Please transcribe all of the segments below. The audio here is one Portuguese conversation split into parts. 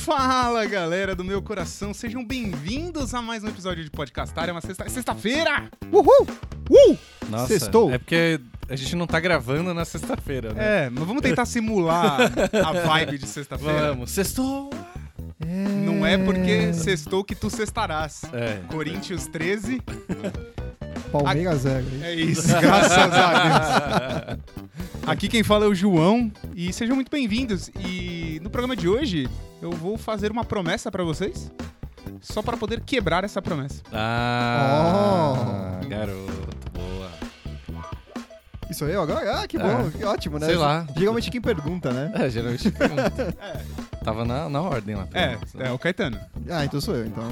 Fala galera do meu coração, sejam bem-vindos a mais um episódio de Podcastar. É uma sexta- sexta-feira! Uhul! Uh! Nossa, Sextou. é porque a gente não tá gravando na sexta-feira, né? É, mas vamos tentar simular a vibe de sexta-feira. Vamos, sextou! Não é porque sextou que tu sextarás. É. Corinthians 13, Palmeiras zero. é isso, graças a Deus. Aqui quem fala é o João e sejam muito bem-vindos. E no programa de hoje eu vou fazer uma promessa pra vocês, só pra poder quebrar essa promessa. Ah, Oh. garoto, boa. Isso aí, agora? Ah, que bom, É. que ótimo, né? Sei lá. Geralmente quem pergunta, né? É, geralmente pergunta. Tava na, na ordem lá. pelo É, menos, né? é o Caetano. Ah, então sou eu, então.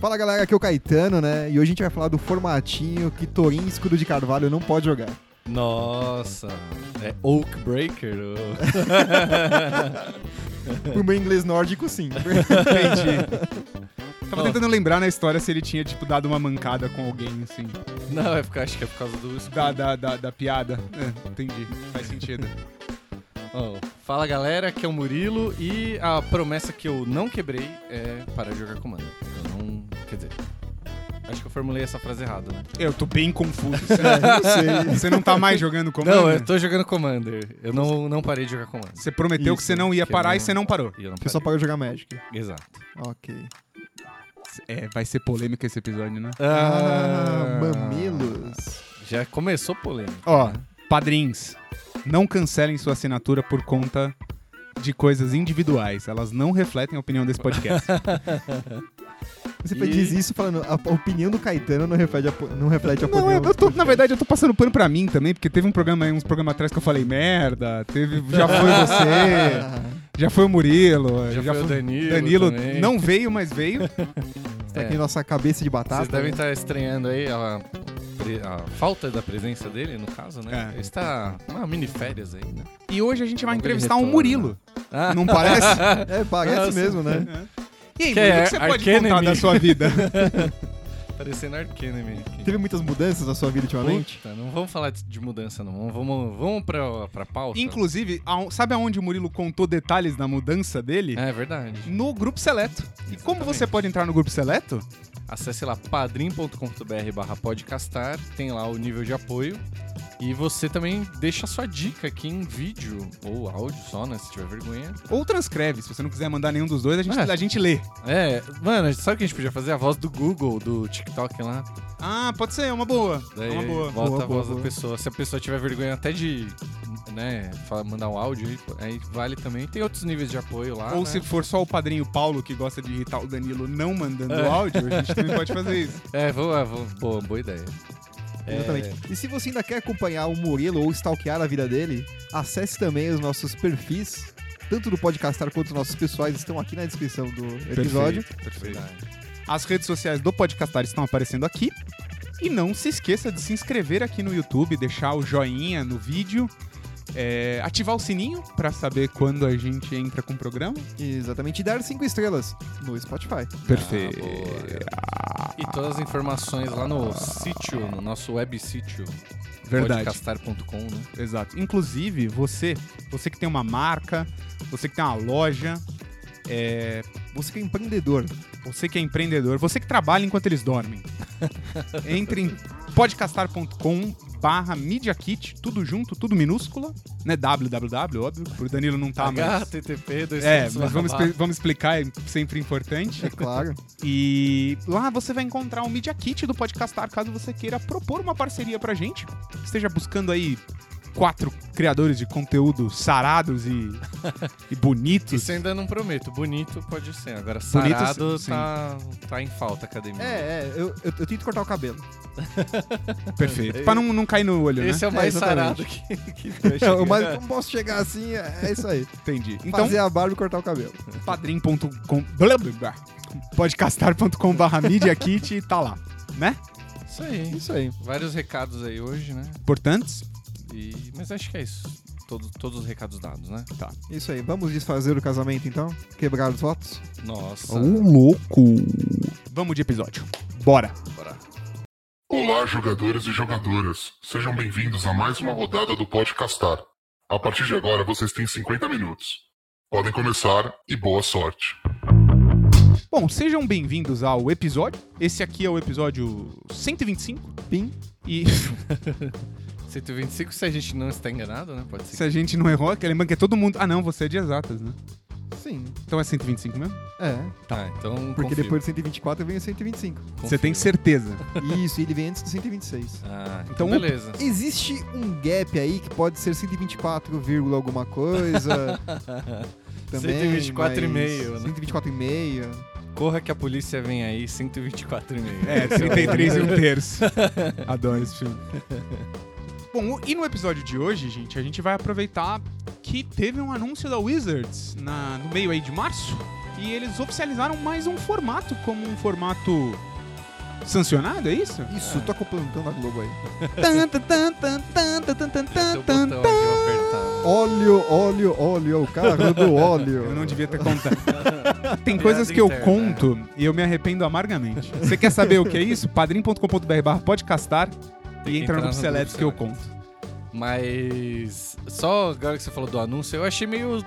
Fala galera, aqui é o Caetano, né? E hoje a gente vai falar do formatinho que Torin Escudo de Carvalho não pode jogar. Nossa, é Oak Breaker. ô. Pro meu inglês nórdico, sim. Entendi. Tava Ó. tentando lembrar na história se ele tinha, tipo, dado uma mancada com alguém, assim. Não, é porque, acho que é por causa do escudo. Da, da, da, da piada. É, entendi. Faz sentido. Oh. Ó, Fala galera, aqui é o Murilo e a promessa que eu não quebrei é parar de jogar comando. Eu não. Quer dizer, acho que eu formulei essa frase errada, né? Eu tô bem confuso. não sei. Você não tá mais jogando comando? Não, eu tô jogando Commander. Eu não, não parei de jogar Commander. Você prometeu que Isso, você não ia que parar eu e não- você não parou. E eu não Você só parei. pode jogar Magic. Exato. Ok. É, vai ser polêmico esse episódio, né? Ah, mamilos. Já começou polêmico. Ó, padrinhos, não cancelem sua assinatura por conta de coisas individuais. Elas não refletem a opinião desse podcast. Você E- diz isso falando, a a opinião do Caetano não reflete a, po- não reflete a Não, opinião eu, eu tô, na verdade, eu tô passando pano pra mim também, porque teve um programa aí, uns programas atrás que eu falei merda, teve, já foi você, já foi o Murilo, Já, foi o Danilo. Danilo também. não veio, mas veio. Tá É. aqui nossa cabeça de batata. Vocês devem né? estar estranhando aí a, pre- a falta da presença dele, no caso, né? É. Ele está uma mini férias aí, né? E hoje a gente vai Vamos ver ele entrevistar o retorna. Murilo. Ah, Não parece? É, parece Nossa. mesmo, né? E aí, Que Murilo, o é que você pode arquenemy. contar da sua vida? parecendo Arcanemy. aqui. Teve muitas mudanças na sua vida ultimamente? Puta, não vamos falar de, de mudança, não. Vamos, vamos, vamos pra, pra pauta. Inclusive, aon- sabe aonde o Murilo contou detalhes da mudança dele? É verdade. No grupo seleto. E como Exatamente. você pode entrar no grupo seleto? Acesse lá padrim.com.br barra podcastar, tem lá o nível de apoio. E você também deixa a sua dica aqui em vídeo ou áudio só, né? Se tiver vergonha. Ou transcreve, se você não quiser mandar nenhum dos dois, a gente, É. a gente lê. É, mano, sabe o que a gente podia fazer? A voz do Google, do TikTok lá. Ah, pode ser, é uma boa. Daí é uma boa. volta Boa, a boa, voz da boa. pessoa. Se a pessoa tiver vergonha até de, né, fa- mandar um áudio, aí, aí vale também. Tem outros níveis de apoio lá, Ou né? se for só o padrinho Paulo que gosta de irritar o Danilo não mandando É. áudio, a gente também pode fazer isso. É, vou, é, vou, boa, boa ideia. Exatamente. E se você ainda quer acompanhar o Murilo ou stalkear a vida dele, acesse também os nossos perfis. Tanto do Podcastar quanto os nossos pessoais estão aqui na descrição do episódio. perfeito. As redes sociais do Podcastar estão aparecendo aqui. E não se esqueça de se inscrever aqui no YouTube, deixar o joinha no vídeo, é, ativar o sininho pra saber quando a gente entra com o programa. Exatamente. E dar cinco estrelas no Spotify. Perfeito. Ah, Ah, E todas as informações lá no sítio, no nosso web sítio, Verdade. podcastar.com, né? Exato. Inclusive, você, você que tem uma marca, você que tem uma loja, é, Você que é empreendedor. Você que é empreendedor, você que trabalha enquanto eles dormem. Entre em podcastar.com barra Media Kit, tudo junto, tudo minúscula, né? www, óbvio, pro Danilo não Ah, tá, mas... HTTP, dois É, pontos, mas vamos, barra, expli- vamos explicar, é sempre importante. É claro. E lá você vai encontrar um Media Kit do Podcastar, caso você queira propor uma parceria pra gente. Esteja buscando aí quatro criadores de conteúdo sarados e, e bonitos. Isso ainda não prometo. Bonito pode ser. Agora, Bonito, sarado sim. tá, tá em falta, academia. É, é. Eu, eu, eu tento cortar o cabelo. Perfeito. Pra não, não cair no olho, né? É, Esse é o É, mais sarado exatamente. que, que Eu, mas É. não posso chegar assim, é é isso aí. Entendi. Então, Fazer a barba e cortar o cabelo. padrim.com blá, blá, blá. podcastar.com barra Media Kit e tá lá, né? Isso aí. É Isso aí. Vários recados aí hoje, né? Importantes? E... Mas acho que é isso. Todo, todos os recados dados, né? Isso aí. Vamos desfazer o casamento então? Quebrar os votos? Nossa. Uh. louco! Vamos de episódio. Bora! Bora. Olá, jogadores e jogadoras. Sejam bem-vindos a mais uma rodada do Podcastar. A partir de agora, vocês têm 50 minutos. Podem começar e boa sorte. Bom, sejam bem-vindos ao episódio. Esse aqui é o episódio 125. Pim. E 125, se a gente não está enganado, né? Pode ser. se a gente não errou, que lembra que é todo mundo. Ah, não, você é de exatas, né? Sim. Então é 125 mesmo? É. Tá, então. Porque confio, depois do 124 vem o 125. Você confio. tem certeza. Isso, e ele vem antes do 126. Ah, então, Então, beleza. Existe um gap aí que pode ser 124, vírgula alguma coisa. também, 124,5, mas- né? 124,5. Corra que a polícia vem aí, 124,5. É, 33 e um terço. Adoro esse filme. Bom, o- e no episódio de hoje, gente, a gente vai aproveitar que teve um anúncio da Wizards na- no meio aí de março e eles oficializaram mais um formato como um formato sancionado, é isso? Isso, toca o plantão da Globo aí. Tan, tan, tan, tan, tan, tan, tan, tan, Esse é o tan, botão tan. aqui, eu apertar. Óleo, óleo, óleo, o carro do óleo. Eu não devia ter contado. Tem coisas que eu interna. conto e eu me arrependo amargamente. Você quer saber o que é isso? padrim.com.br barra podcastar Tem e que entra no entrar grupo no seletos grupo que eu seleto. conto. Mas só agora que você falou do anúncio, eu achei meio.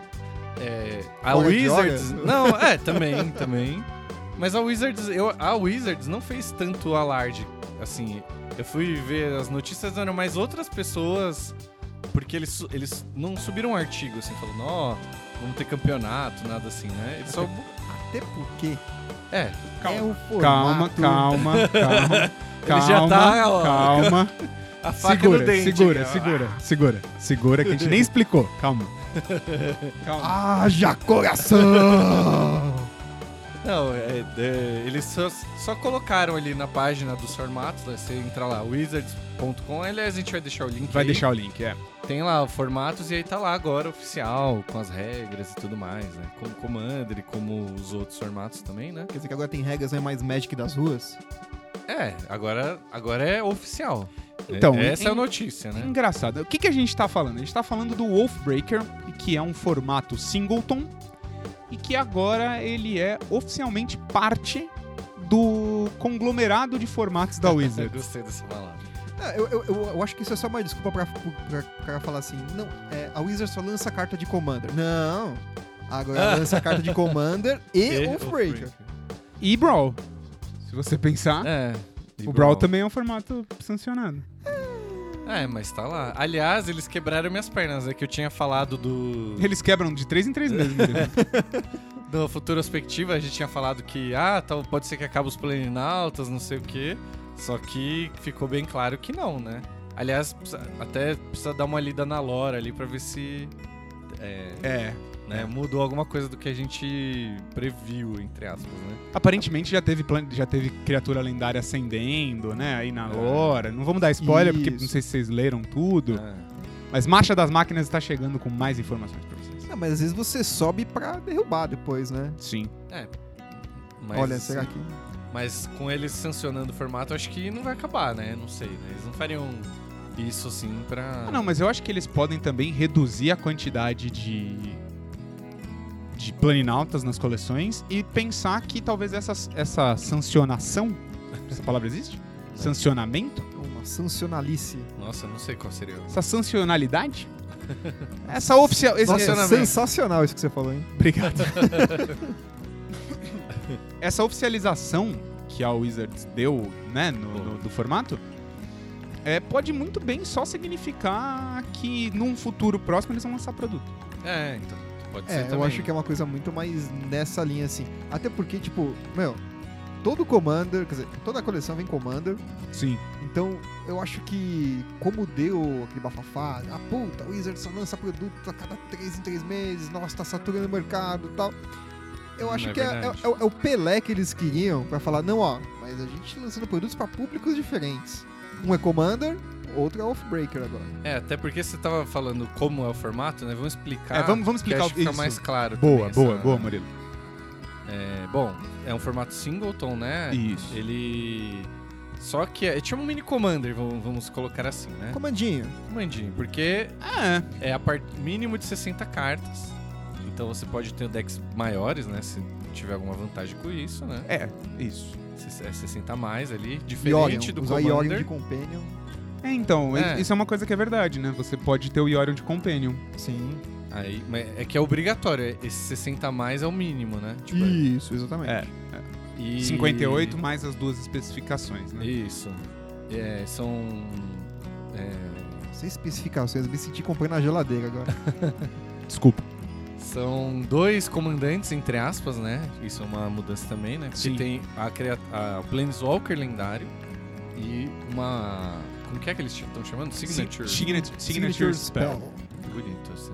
é, a Fora de Wizards. hora? Não, é, também, também. Mas a Wizards, eu, a Wizards não fez tanto alarde. Assim, eu fui ver as notícias, eram mais outras pessoas. Porque eles, su- eles não subiram um artigo assim, falando, ó, vamos ter campeonato, nada assim, né? Eles só. Até porque É, é o Calma, formato... calma, calma. Ele já Calma, tá, ó. calma. a faca no Segura, dente. né? segura, cara. segura, segura, segura, que a gente nem explicou. Calma. Ah, Calma. Haja coração! Não, é, é, eles só, só colocaram ali na página dos formatos, né? você entra lá, wizards.com, aliás, a gente vai deixar o link Vai aí. deixar o link, é. Tem lá formatos e aí tá lá agora oficial, com as regras e tudo mais, né? Como Commander e como os outros formatos também, né? Quer dizer que agora tem regras, não é mais Magic das ruas? É, agora, agora é oficial. Então, É, essa é a em- notícia, né? Engraçado. O que, que a gente tá falando? A gente tá falando do Wolfbreaker, que é um formato singleton, e que agora ele é oficialmente parte do conglomerado de formatos da Eu Wizards. gostei dessa palavra. Ah, eu, eu, eu, eu acho que isso é só uma desculpa pra, pra, pra falar assim, não, é, a Wizard só lança carta de Commander. Não! Agora lança carta de Commander e Wolfbreaker. E Brawl. Se você pensar, É. e o Brawl também é um formato sancionado. É, mas tá lá. Aliás, eles quebraram minhas pernas, é que eu tinha falado do... Eles quebram de três em três meses. né? No Futurospectiva a gente tinha falado que ah, tal, pode ser que acabe os planinautas, não sei o quê. Só que ficou bem claro que não, né? Aliás, precisa- até precisa dar uma lida na lore ali pra ver se é, é. né, mudou alguma coisa do que a gente previu, entre aspas, né? Aparentemente já teve, plan- já teve criatura lendária ascendendo, né? Aí na É. lore. Não vamos dar spoiler, porque Isso. não sei se vocês leram tudo. Ah, Mas Marcha das Máquinas está chegando com mais informações pra vocês. Ah, mas às vezes você sobe pra derrubar depois, né? Sim. mas, Olha, será que... Mas com eles sancionando o formato, acho que não vai acabar, né? Não sei, né? Eles não fariam isso assim pra. Ah, não, mas eu acho que eles podem também reduzir a quantidade de de planinautas nas coleções e pensar que talvez essa, essa sancionação, essa palavra existe? Sancionamento? Uma sancionalice. Nossa, não sei qual seria. o- Essa sancionalidade? Essa oficial... esse- Nossa, é Sancionamento. sensacional isso que você falou, hein? Obrigado. Essa oficialização que a Wizards deu, né, no, no- do formato, é, pode muito bem só significar que num futuro próximo eles vão lançar produto. É, então. Pode ser É, eu também. acho que é uma coisa muito mais nessa linha, assim. Até porque, tipo, meu, todo Commander, quer dizer, toda a coleção vem Commander, Sim. Então, eu acho que, como deu aquele bafafá, a puta, Wizard só lança produto a cada 3 em 3 meses, nossa, tá saturando o mercado e tal. Eu Não acho é que é, verdade. é- é o- é o Pelé que eles queriam pra falar: não, ó, mas a gente tá lançando produtos pra públicos diferentes. Um é Commander, outro é Offbreaker agora. É, até porque você tava falando como é o formato, né? Vamos explicar. É, vamos- vamos que explicar acho que fica isso. mais claro. Boa, também boa, essa- boa, Murilo. É, bom, é um formato singleton, né? Isso. Ele. Só que é tipo um mini commander, vamos, vamos colocar assim, né? Comandinho. Comandinho, porque Ah, é a parte mínimo de 60 cartas. Então você pode ter decks maiores, né? Se tiver alguma vantagem com isso, né? é, isso. Se- É 60 a mais ali, Yorion, diferente do usar Yorion de commander. Companion. É, então, É. isso é uma coisa que é verdade, né? Você pode ter o Yorion de Companion. Sim. Aí, mas é que é obrigatório, esse 60 a mais é o mínimo, né? Tipo, é- Isso, exatamente. É. e- 58 mais as duas especificações, né? Isso. É, são. é, Sem especificações, me senti comprando a geladeira agora. Desculpa. são dois comandantes, entre aspas, né? Isso é uma mudança também, né? Porque Sim. tem a, cria- a, o Planeswalker lendário e uma. Como que é que eles estão chamando? Signature. Signature, signature spell. Bonito, assim.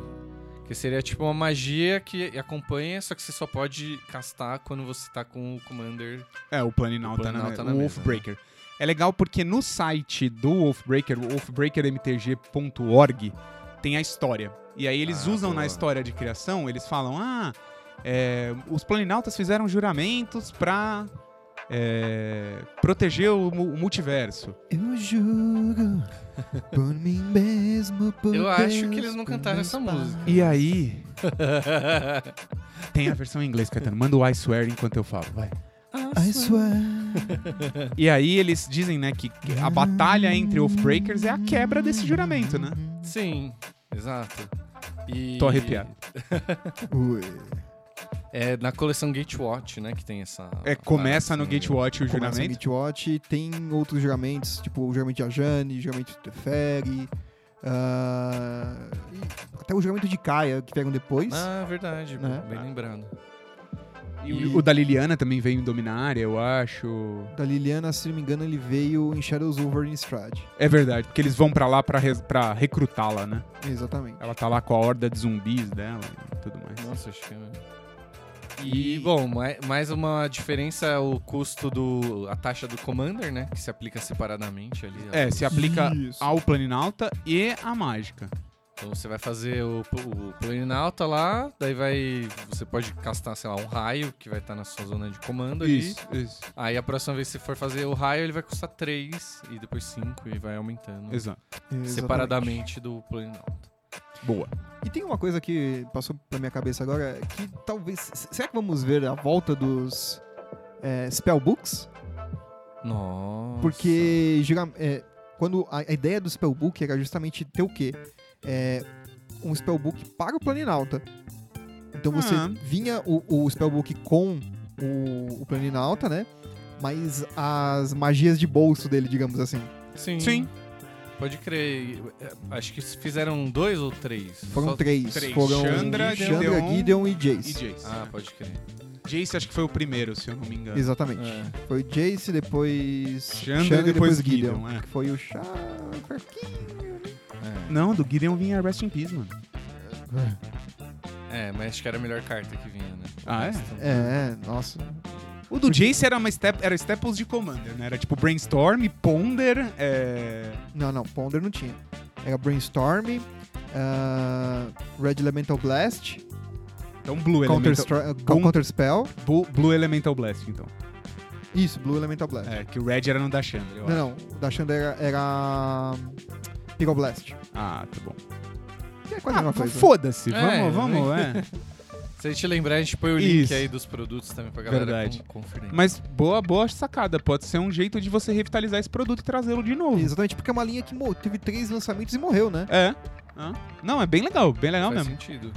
Que seria tipo uma magia que acompanha, só que você só pode castar quando você tá com o Commander. É, o Planinauta, O né? Planinauta na o mesa, Wolfbreaker. É legal porque no site do Wolfbreaker, o wolfbreakermtg.org, tem a história. E aí eles Ah, usam boa. na história de criação, eles falam, ah, é, os Planinautas fizeram juramentos pra é, proteger o, mu- o multiverso. Eu juro por mim mesmo. Por Eu acho Deus, que eles não por cantaram meus essa pais. música. E aí, tem a versão em inglês, Caetano. Manda o I swear enquanto eu falo, vai. I swear. E aí eles dizem, né, que que a batalha entre Wolfbreakers é a quebra desse juramento, né? Sim, exato. E- Tô arrepiado. Ui. É na coleção Gatewatch, né? Que tem essa. É, começa no assim, Gatewatch o Começa juramento. Meat Watch, tem outros juramentos, tipo o juramento de Ajane, o juramento de Teferi, ah, e até o juramento de Kaia, que pegam depois. Ah, verdade. Né? Bem lembrado. E o, o da Liliana também veio em Dominária, eu acho. Da Liliana, se não me engano, ele veio em Shadows Over Innistrad. É verdade, porque eles vão pra lá pra, res- pra recrutá-la, né? Exatamente. Ela tá lá com a horda de zumbis dela e tudo mais. Nossa, acho que. E, bom, mai- mais uma diferença é o custo do. a taxa do Commander, né? Que se aplica separadamente ali. ó. É, se aplica Isso. ao Planinauta e à mágica. Então você vai fazer o, o Planinauta lá, daí vai. Você pode castar, sei lá, um raio que vai estar na sua zona de comando ali. Isso, isso. Aí a próxima vez que você for fazer o raio, ele vai custar 3 e depois 5 e vai aumentando Exato. Exatamente. separadamente do Planinauta. Boa. E tem uma coisa que passou pra minha cabeça agora, que talvez... se- Será que vamos ver a volta dos é, Spellbooks? Nossa. Porque geral- é, quando a, a ideia do Spellbook era justamente ter o quê? É, um Spellbook para o Planinauta. Então você Ah. vinha o, o Spellbook com o, o Planinauta, né? Mas as magias de bolso dele, digamos assim, Sim. Sim. Pode crer. É, Acho que fizeram dois ou três. foram Só- três. três. Foram Chandra, Gideon Gideon e E Jace. Jace. Ah, pode crer. Jace acho que foi o primeiro, se eu não me engano. Exatamente. É. Foi Jace, depois Chandra e Chandra depois Gideon, é. Que foi o Chá... fraquinho. Não, do Gideon vinha Rest in Peace, mano. É, mas acho que era a melhor carta que vinha, né? Ah, é? É, nossa. O do Jace era uma step, era Staples de Commander, né? Era tipo Brainstorm, Ponder, é... Não, não, Ponder não tinha. Era Brainstorm, ah, Red Elemental Blast, Então Blue Counter, Elemental... Stri- ah, Boom. Counter Spell. Bu- Blue Elemental Blast, então. Isso, Blue Elemental Blast. É, que o Red era no da Chandra, eu acho. Não, não, o da Xanda era, era hum, Pyroblast. Ah, tá bom. Que é quase a Ah, mesma coisa. Foda-se, É, vamos, vamos, é. Se a gente lembrar, a gente põe o link Isso. aí dos produtos também pra galera Verdade. con- conferir. é. Mas boa, boa sacada. Pode ser um jeito de você revitalizar esse produto e trazê-lo de novo. Exatamente, porque é uma linha que mo- teve três lançamentos e morreu, né? É. Hã? Não, é bem legal, bem legal Faz mesmo. sentido.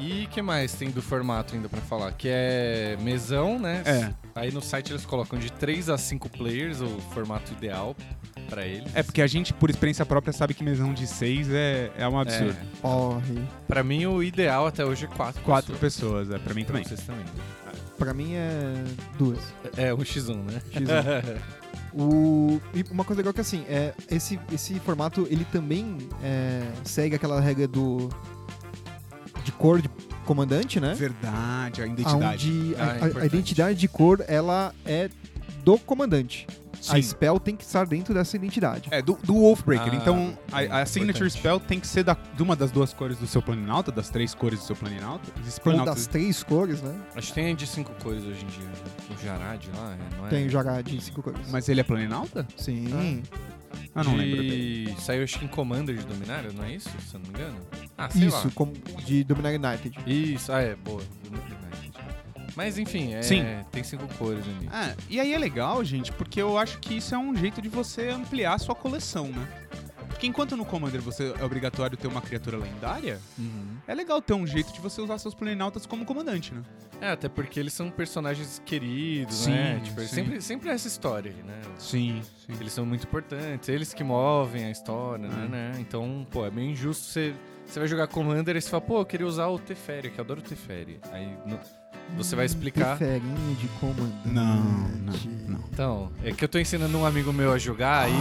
E que mais tem do formato ainda pra falar? Que é mesão, né? É. Aí no site eles colocam de 3 a 5 players, o formato ideal pra eles. É porque a gente, por experiência própria, sabe que mesão de seis é, é um absurdo. É. Porre. Pra mim, o ideal até hoje é 4 Quatro pessoas, é pra mim também. Vocês também. Pra mim é duas. É, o X1, né? O- e uma coisa legal que assim, é, esse, esse formato ele também é, segue aquela regra do de cor de comandante, né? É Verdade, a Onde Ah, é a, a importante. identidade de cor ela é do comandante. A Sim. spell tem que estar dentro dessa identidade. É, do, do Wolfbreaker. Ah, então, a, a importante. Signature Spell tem que ser da, de uma das duas cores do seu Planinauta, das três cores do seu Planinauta. Existe Ou Planinauta- das três cores, né? Acho que tem de 5 cores hoje em dia. né? O Jarad lá, é, não é? Tem jogar de cinco cores. Mas ah, ele é Planinauta? Sim. Eu não de... lembro bem. Saiu acho que em Commander de Dominário, não é isso? Se eu não me engano. Ah, sei Isso, lá. como de Dominar United. Isso, ah, é, boa. Mas enfim, é, Sim. tem cinco cores ali. Ah, e aí é legal, gente, porque eu acho que isso é um jeito de você ampliar a sua coleção, né? Porque enquanto no Commander você é obrigatório ter uma criatura lendária, Uhum. é legal ter um jeito de você usar seus planinautas como comandante, né? É, até porque eles são personagens queridos, Sim, né? Tipo, eles sim. sempre, sempre é essa história aí, né? Sim, sim. Eles são muito importantes, eles que movem a história, É. né, né? Então, pô, é meio injusto você. Você vai jogar Commander e você fala, pô, eu queria usar o Teferi, que eu adoro o Teferi. Aí no- você vai explicar. Preferinho de comandante. Não, não, não. Então, é que eu tô ensinando um amigo meu a jogar e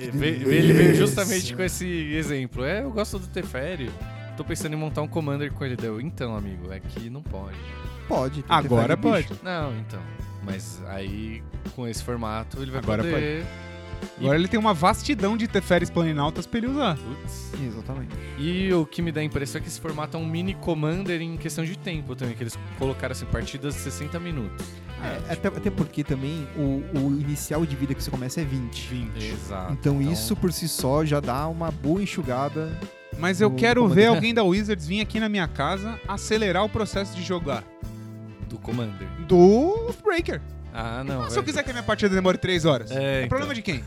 e ve- ele veio justamente com esse exemplo. É, eu gosto do Teferi. Tô pensando em montar um Commander com ele. Deu, então, amigo, é que não pode. Pode. tem Agora preferinho, bicho. pode. Não, então. Mas aí, com esse formato, ele vai Agora poder. Agora ele tem uma vastidão de Teferes planinautas pra ele usar. Putz. Exatamente. E o que me dá a impressão é que esse formato é um mini Commander em questão de tempo também, que eles colocaram assim, partidas de 60 minutos. É, até, até porque também o, o inicial de vida que você começa é 20. Exato. Então, isso por si só já dá uma boa enxugada. Mas eu O quero Commander. ver alguém da Wizards vir aqui na minha casa acelerar o processo de jogar Do Commander. do Breaker. Ah, não. Ah, se vai- eu quiser que a minha partida demore 3 horas. É, É, então. problema de quem?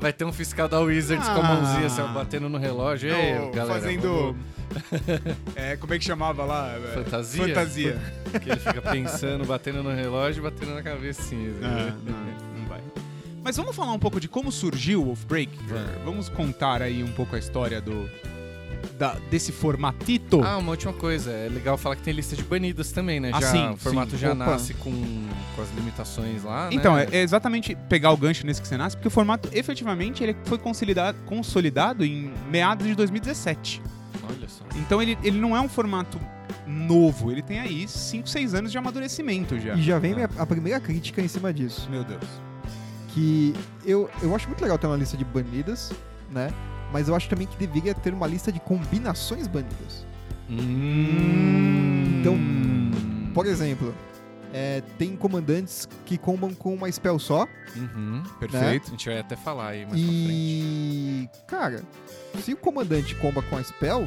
Vai ter um fiscal da Wizards com a Ah. mãozinha assim, ó, batendo no relógio. Ei, Ou galera, fazendo. É, como é que chamava lá? vamos- É, Fantasia? Fantasia. Que ele fica pensando, batendo no relógio e batendo na cabecinha. Ah, não, não vai. Mas vamos falar um pouco de como surgiu o Wolfbreak? Vamos. Vamos contar aí um pouco a história do. da- desse formatito. Ah, uma última coisa. É legal falar que tem lista de banidas também, né? Ah, já, sim, o formato sim. já Opa. nasce com, com as limitações lá, Então, né? é, é exatamente pegar o gancho nesse que você nasce, porque o formato, efetivamente, ele foi consolidado, consolidado em meados de 2017. Olha só. Então ele, ele não é um formato novo, ele tem aí 5, 6 anos de amadurecimento já. E já vem minha- a primeira crítica em cima disso. Meu Deus. Que eu, eu acho muito legal ter uma lista de banidas, né? Mas eu acho também que deveria ter uma lista de combinações banidas. Hum. Então, Por exemplo, é, tem comandantes que combam com uma spell só. Uhum. Né? Perfeito. A gente vai até falar aí mais E. Cara, se o comandante comba com a spell,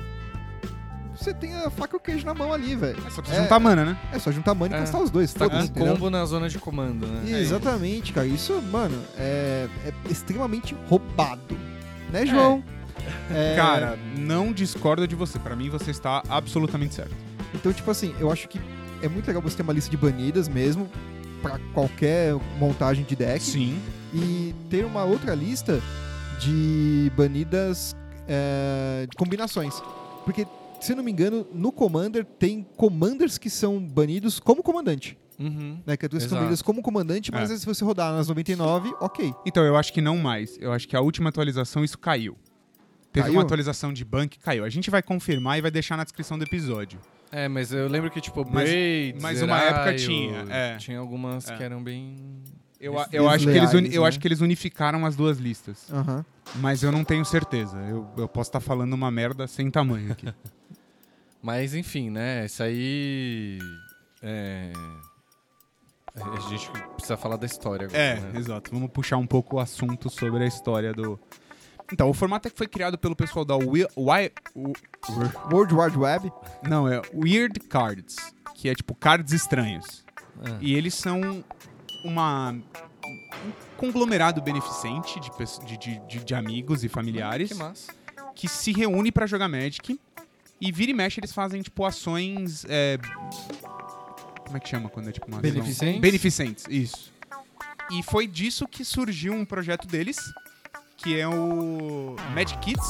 você tem a faca e o queijo na mão ali, velho. É só precisa É. juntar mana, né? É só juntar mana e É. castar os dois. pra frente. Tá com foda-se, um entendeu? combo na zona de comando, né? É isso. Exatamente, cara. Isso, mano, é, é extremamente roubado. Né, João? É, Cara, não discordo de você. Pra mim, você está absolutamente certo. Então, tipo assim, eu acho que é muito legal você ter uma lista de banidas mesmo, pra qualquer montagem de deck. Sim. E ter uma outra lista de banidas é, de combinações. Porque, se eu não me engano, no Commander tem commanders que são banidos como comandante. Uhum. Né? Que são Exato. É. banidas como comandante, mas se você rodar nas 99, ok. Então, eu acho que não mais. Eu acho que a última atualização isso caiu. Teve Caiu? uma atualização de ban que caiu. A gente vai confirmar e vai deixar na descrição do episódio. É, mas eu lembro que, tipo, Mas- Braid, mas uma Zerayo, época tinha, é. Tinha algumas É. que eram bem... Eu, a- eu, acho, que eles uni- Desleais, eu né? acho que eles unificaram as duas listas. Aham. Mas eu não tenho certeza. Eu, eu posso estar falando uma merda sem tamanho aqui. Mas, enfim, né? Isso aí... É... A gente precisa falar da história agora, É, né? exato. Vamos puxar um pouco o assunto sobre a história do. Então, o formato é que foi criado pelo pessoal da Wi- Wi- o- World Wide Web. Não, é Weird Cards, que é tipo cards estranhos. Ah. E eles são uma um conglomerado beneficente de, pesso- de- de- de- de amigos e familiares Que massa. que se reúne pra jogar Magic e vira e mexe eles fazem tipo ações é, como é que chama quando é tipo uma ação? Beneficentes? beneficentes isso e foi disso que surgiu um projeto deles que é o Magic Kids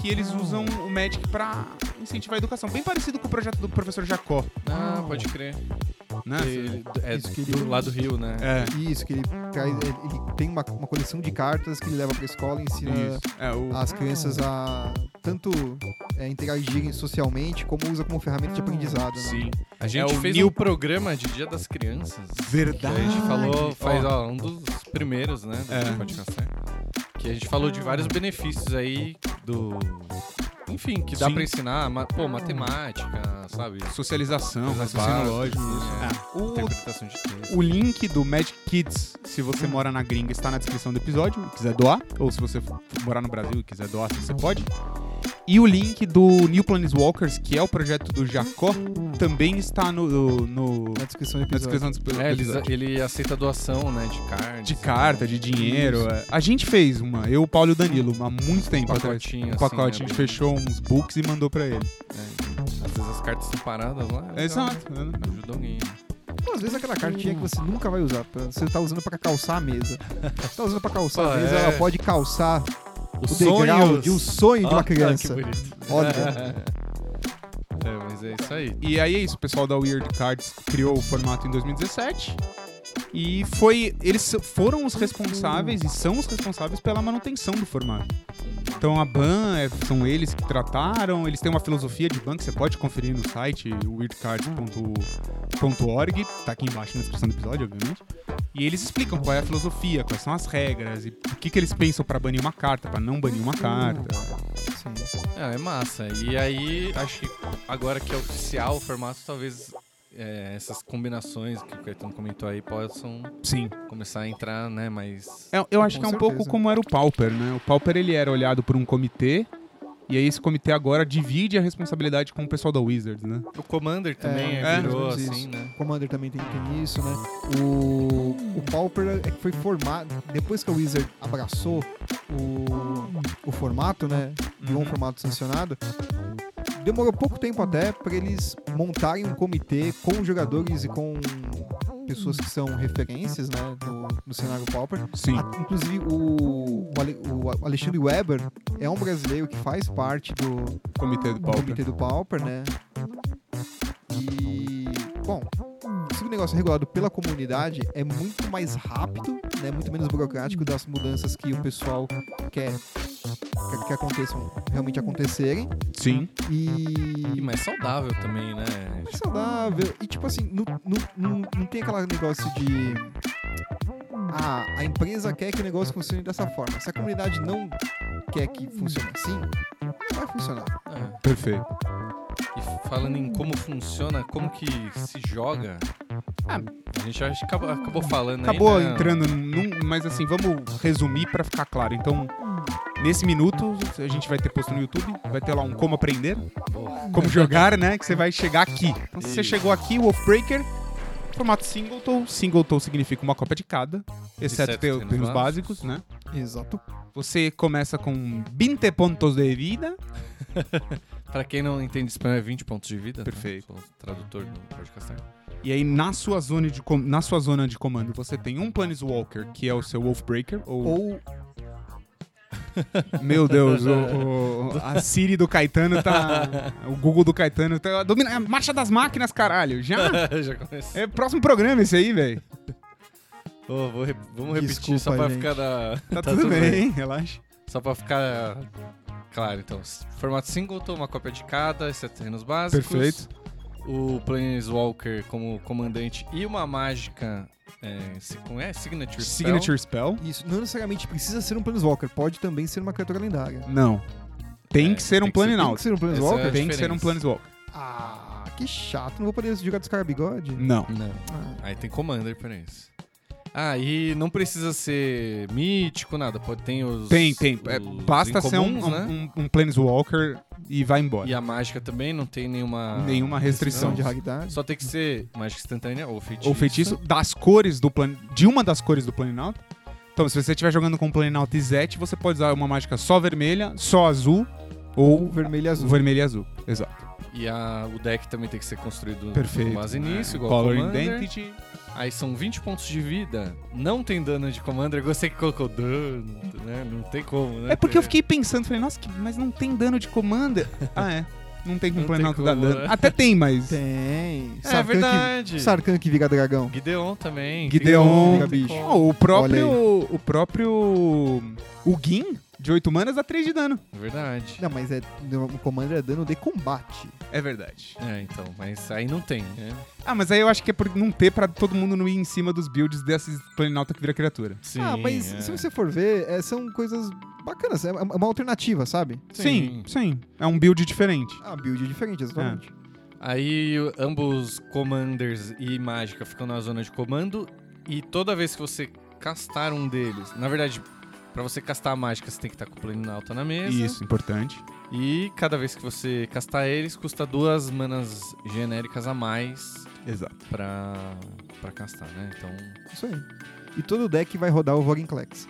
que eles usam o Magic pra incentivar a educação bem parecido com o projeto do professor Jacó Ah, pode crer. né Ele- é Isso que ele- do lado do Rio, né? é Isso, que ele, traz, ele tem uma, uma coleção de cartas que ele leva pra escola e ensina isso é o as crianças a tanto é, interagirem socialmente, como usa como ferramenta de aprendizado. né? sim A gente É o fez New- um programa de Dia das Crianças. Que verdade a gente falou, faz ó, um dos primeiros, né? Do É. podcast, né? Que a gente falou de vários benefícios aí do. Enfim, que dá Sim. pra ensinar, ma- pô, matemática, sabe? socialização Coisas raciocínio básicas, lógico né? É. O Interpretação de texto. O link do Magic Kids, se você mora na gringa, está na descrição do episódio, e quiser doar, ou se você for morar no Brasil e quiser doar, você pode. E o link do New Planeswalkers, que é o projeto do Jacó, também está no, no- Na descrição do na episódio. descrição do episódio. É, eles- ele aceita doação, né? De cards. De carta, de dinheiro. é. A gente fez uma, eu, o Paulo e o Danilo, há muito tempo atrás. Pacotinho, Um pacote, assim, a gente né? fechou uns books e mandou pra ele. Às vezes as cartas estão paradas lá. legal. Exato. né? Ajuda alguém. Pô, às vezes aquela cartinha que você nunca vai usar. pra- Você tá usando pra calçar a mesa. Você tá usando pra calçar Pô, a mesa, é. ela pode calçar Os o degrau de um sonho de Ah, uma que criança. bonito. Olha. É, mas é isso aí. E aí é isso, o pessoal da Weird Cards criou o formato em 2017. E foi. Eles foram os responsáveis e são os responsáveis pela manutenção do formato. Então a ban é- são eles que trataram, eles têm uma filosofia de ban que você pode conferir no site weirdcards.org, tá aqui embaixo na descrição do episódio, obviamente. E eles explicam qual é a filosofia, quais são as regras e o que, que eles pensam pra banir uma carta, pra não banir uma carta. Sim. É, é massa. E aí, acho que agora que é oficial o formato, talvez é, essas combinações que o Caetano comentou aí possam Sim. começar a entrar, né? Mas. É, eu acho Com que é um certeza. pouco como era o Pauper, né? O Pauper ele era olhado por um comitê e aí esse comitê agora divide a responsabilidade com o pessoal da Wizards, né? O Commander também é, virou mais ou menos assim, isso. né? O Commander também tem, tem isso, né? O, o Pauper é que foi formado. Depois que a Wizard abraçou o, o formato, né? Uhum. Virou um formato sancionado. Demorou pouco tempo até para eles montarem um comitê com jogadores e com pessoas que são referências, né? No, no cenário Pauper. Sim. Ah, Inclusive, o, o Ale- o Alexandre Weber é um brasileiro que faz parte do, Comitê do do Pauper. comitê do Pauper, né? E, bom, se o negócio é regulado pela comunidade, é muito mais rápido, né? Muito menos burocrático das mudanças que o pessoal quer, quer que aconteçam, realmente acontecerem. Sim. E E mais saudável também, né? mais saudável. E tipo assim, não, não, não, não tem aquele negócio de. Ah, a empresa quer que o negócio funcione dessa forma. Se a comunidade não quer que funcione assim, não vai funcionar. É. Perfeito. E falando em como funciona, como que se joga. Ah, a gente acho que acabou, acabou falando Acabou aí. né? entrando num. Mas assim, vamos resumir pra ficar claro. Então, nesse minuto, a gente vai ter posto no YouTube, vai ter lá um como aprender, Boa. como jogar, né? Que você vai chegar aqui. Então, se você Isso. chegou aqui, Wolfbreaker. Formato singleton. Singleton significa uma copa de cada, exceto ter, Exceto termos ter os básicos. básicos, né? Exato. Você começa com 20 pontos de vida. Pra quem não entende espanhol, é 20 pontos de vida. né? Perfeito. Sou tradutor do podcast. E aí, na sua zona de, com- na sua zona de comando, você tem um Planeswalker, que é o seu Wolfbreaker. Ou, Ou meu Deus, o- o- a Siri do Caetano tá. O Google do Caetano tá. Domina, é a marcha das máquinas, caralho. Já? Já comecei. É próximo programa esse aí, velho. Ô, vou re- Vamos repetir Desculpa, só pra gente. ficar Tá, na... tudo, bem, hein? relaxa. Só pra ficar claro, então. s- Formato singleton, uma cópia de cada, exceto terrenos básicos. Perfeito. O Planeswalker como comandante e uma mágica. É, si- como é? Signature. spell. Signature Spell? isso não necessariamente precisa ser um Planeswalker, pode também ser uma criatura lendária. Não. Tem É, que ser um tem que ser- Tem que Planinalto. ser um Planeswalker? Essa- Tem que ser um diferença. Planeswalker. Ah, que chato, não vou poder jogar descarga bigode. Não. Não. Ah, Aí tem Commander pra isso. Ah, e não precisa ser mítico, nada. Pode ter os. Tem, tem. É, os basta ser um, incomuns, um, né? um- um Planeswalker e vai embora. E a mágica também não tem nenhuma. Nenhuma restrição. São de Não. raridade. Só tem que ser mágica instantânea ou feitiço. ou feitiço das cores do plano de uma das cores do Planinalto. Então, se você estiver jogando com o Planinalto e Zet, você pode usar uma mágica só vermelha, só azul Ou ou vermelho e azul. vermelho e azul. Exato. E a- o deck também tem que ser construído Perfeito. É, com base nisso, igual Color ao Commander. Identity. Aí são 20 pontos de vida. Não tem dano de Commander. Gostei que colocou dano, né? Não tem como, né? É porque eu fiquei pensando, falei, nossa, que- mas não tem dano de Commander. ah, é. Não tem com o Não tem Planinalto dar como, dano. né? Até tem, mas. Tem. É Sarkhan que- verdade. Sarkhan que vira dragão. Gideon também. Gideon. Tem bicho. como. Ó, o próprio. Olha O próprio. O Gin, de 8 manas, dá 3 de dano. Verdade. Não, mas é, o Commander é dano de combate. É verdade. É, então, mas aí não tem, né? Ah, mas aí eu acho que é por não ter pra todo mundo não ir em cima dos builds desses Planinalto que vira criatura. Sim. ah, mas é. se você for ver, é, são coisas bacanas. É uma é uma alternativa, sabe? Sim, Sim. sim. É um build diferente. Ah, build é diferente, exatamente. Aí o- ambos commanders e mágica ficam na zona de comando. E toda vez que você castar tá um deles, na verdade, pra você castar a mágica, você tem que estar com o plano alta na mesa. Isso, importante. E cada vez que você castar eles, custa duas manas genéricas a mais Exato. pra, pra castar, né? Então, Isso aí. E todo deck vai rodar o Vogenclex.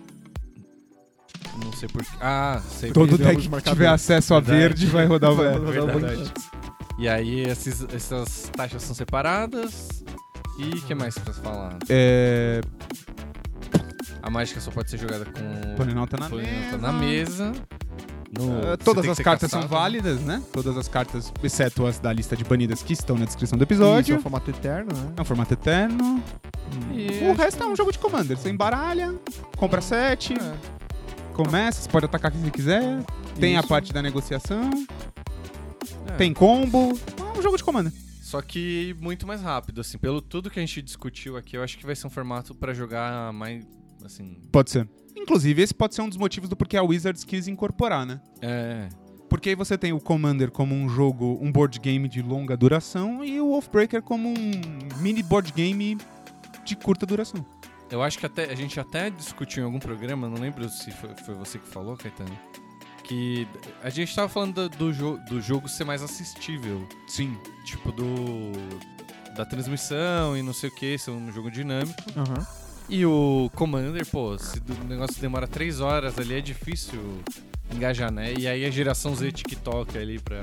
não sei por Ah, sei Todo por deck que tiver acesso a Verdade. verde vai rodar o Vai verde. rodar o verdade. Vogenclex. E aí esses, essas taxas são separadas. E o que mais pra falar? É, A mágica só pode ser jogada com Polinauta tá na Polinauta mesa. na mesa. No- Ah, você todas tem que as ser cartas caçado. são válidas, né? Todas as cartas, exceto as da lista de banidas que estão na descrição do Isso é episódio. o formato eterno, né? É um formato eterno. E O acho resto é um jogo de commander. Você embaralha, compra sete, É. começa, você pode atacar quem você quiser. Tem a Isso. parte da negociação, É. tem combo. É um jogo de commander. Só que muito mais rápido, assim. Pelo tudo que a gente discutiu aqui, eu acho que vai ser um formato pra jogar mais, assim... Pode ser. Inclusive, esse pode ser um dos motivos do porquê a Wizards quis incorporar, né? É... Porque aí você tem o Commander como um jogo, um board game de longa duração e o Wolfbreaker como um mini board game de curta duração. Eu acho que até, a gente até discutiu em algum programa, não lembro se foi, foi você que falou, Caetano, que a gente tava falando do, do, jo- do jogo ser mais assistível. Sim. Tipo, do... Da transmissão e não sei o que, ser um jogo dinâmico. Aham. E o Commander, pô, se o negócio demora três horas ali, é difícil engajar, né? E aí a geração Z TikTok ali pra.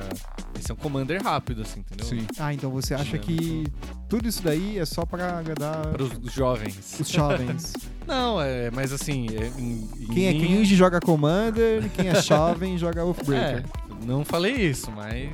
Esse é um Commander rápido, assim, entendeu? Sim. Ah, então você acha Dinâmico. que tudo isso daí é só pra agradar Para os jovens. os jovens. Não, é, mas assim. É, em- em Quem é linha- cringe joga Commander, quem é jovem joga Wolfbreaker. É, não falei isso, mas.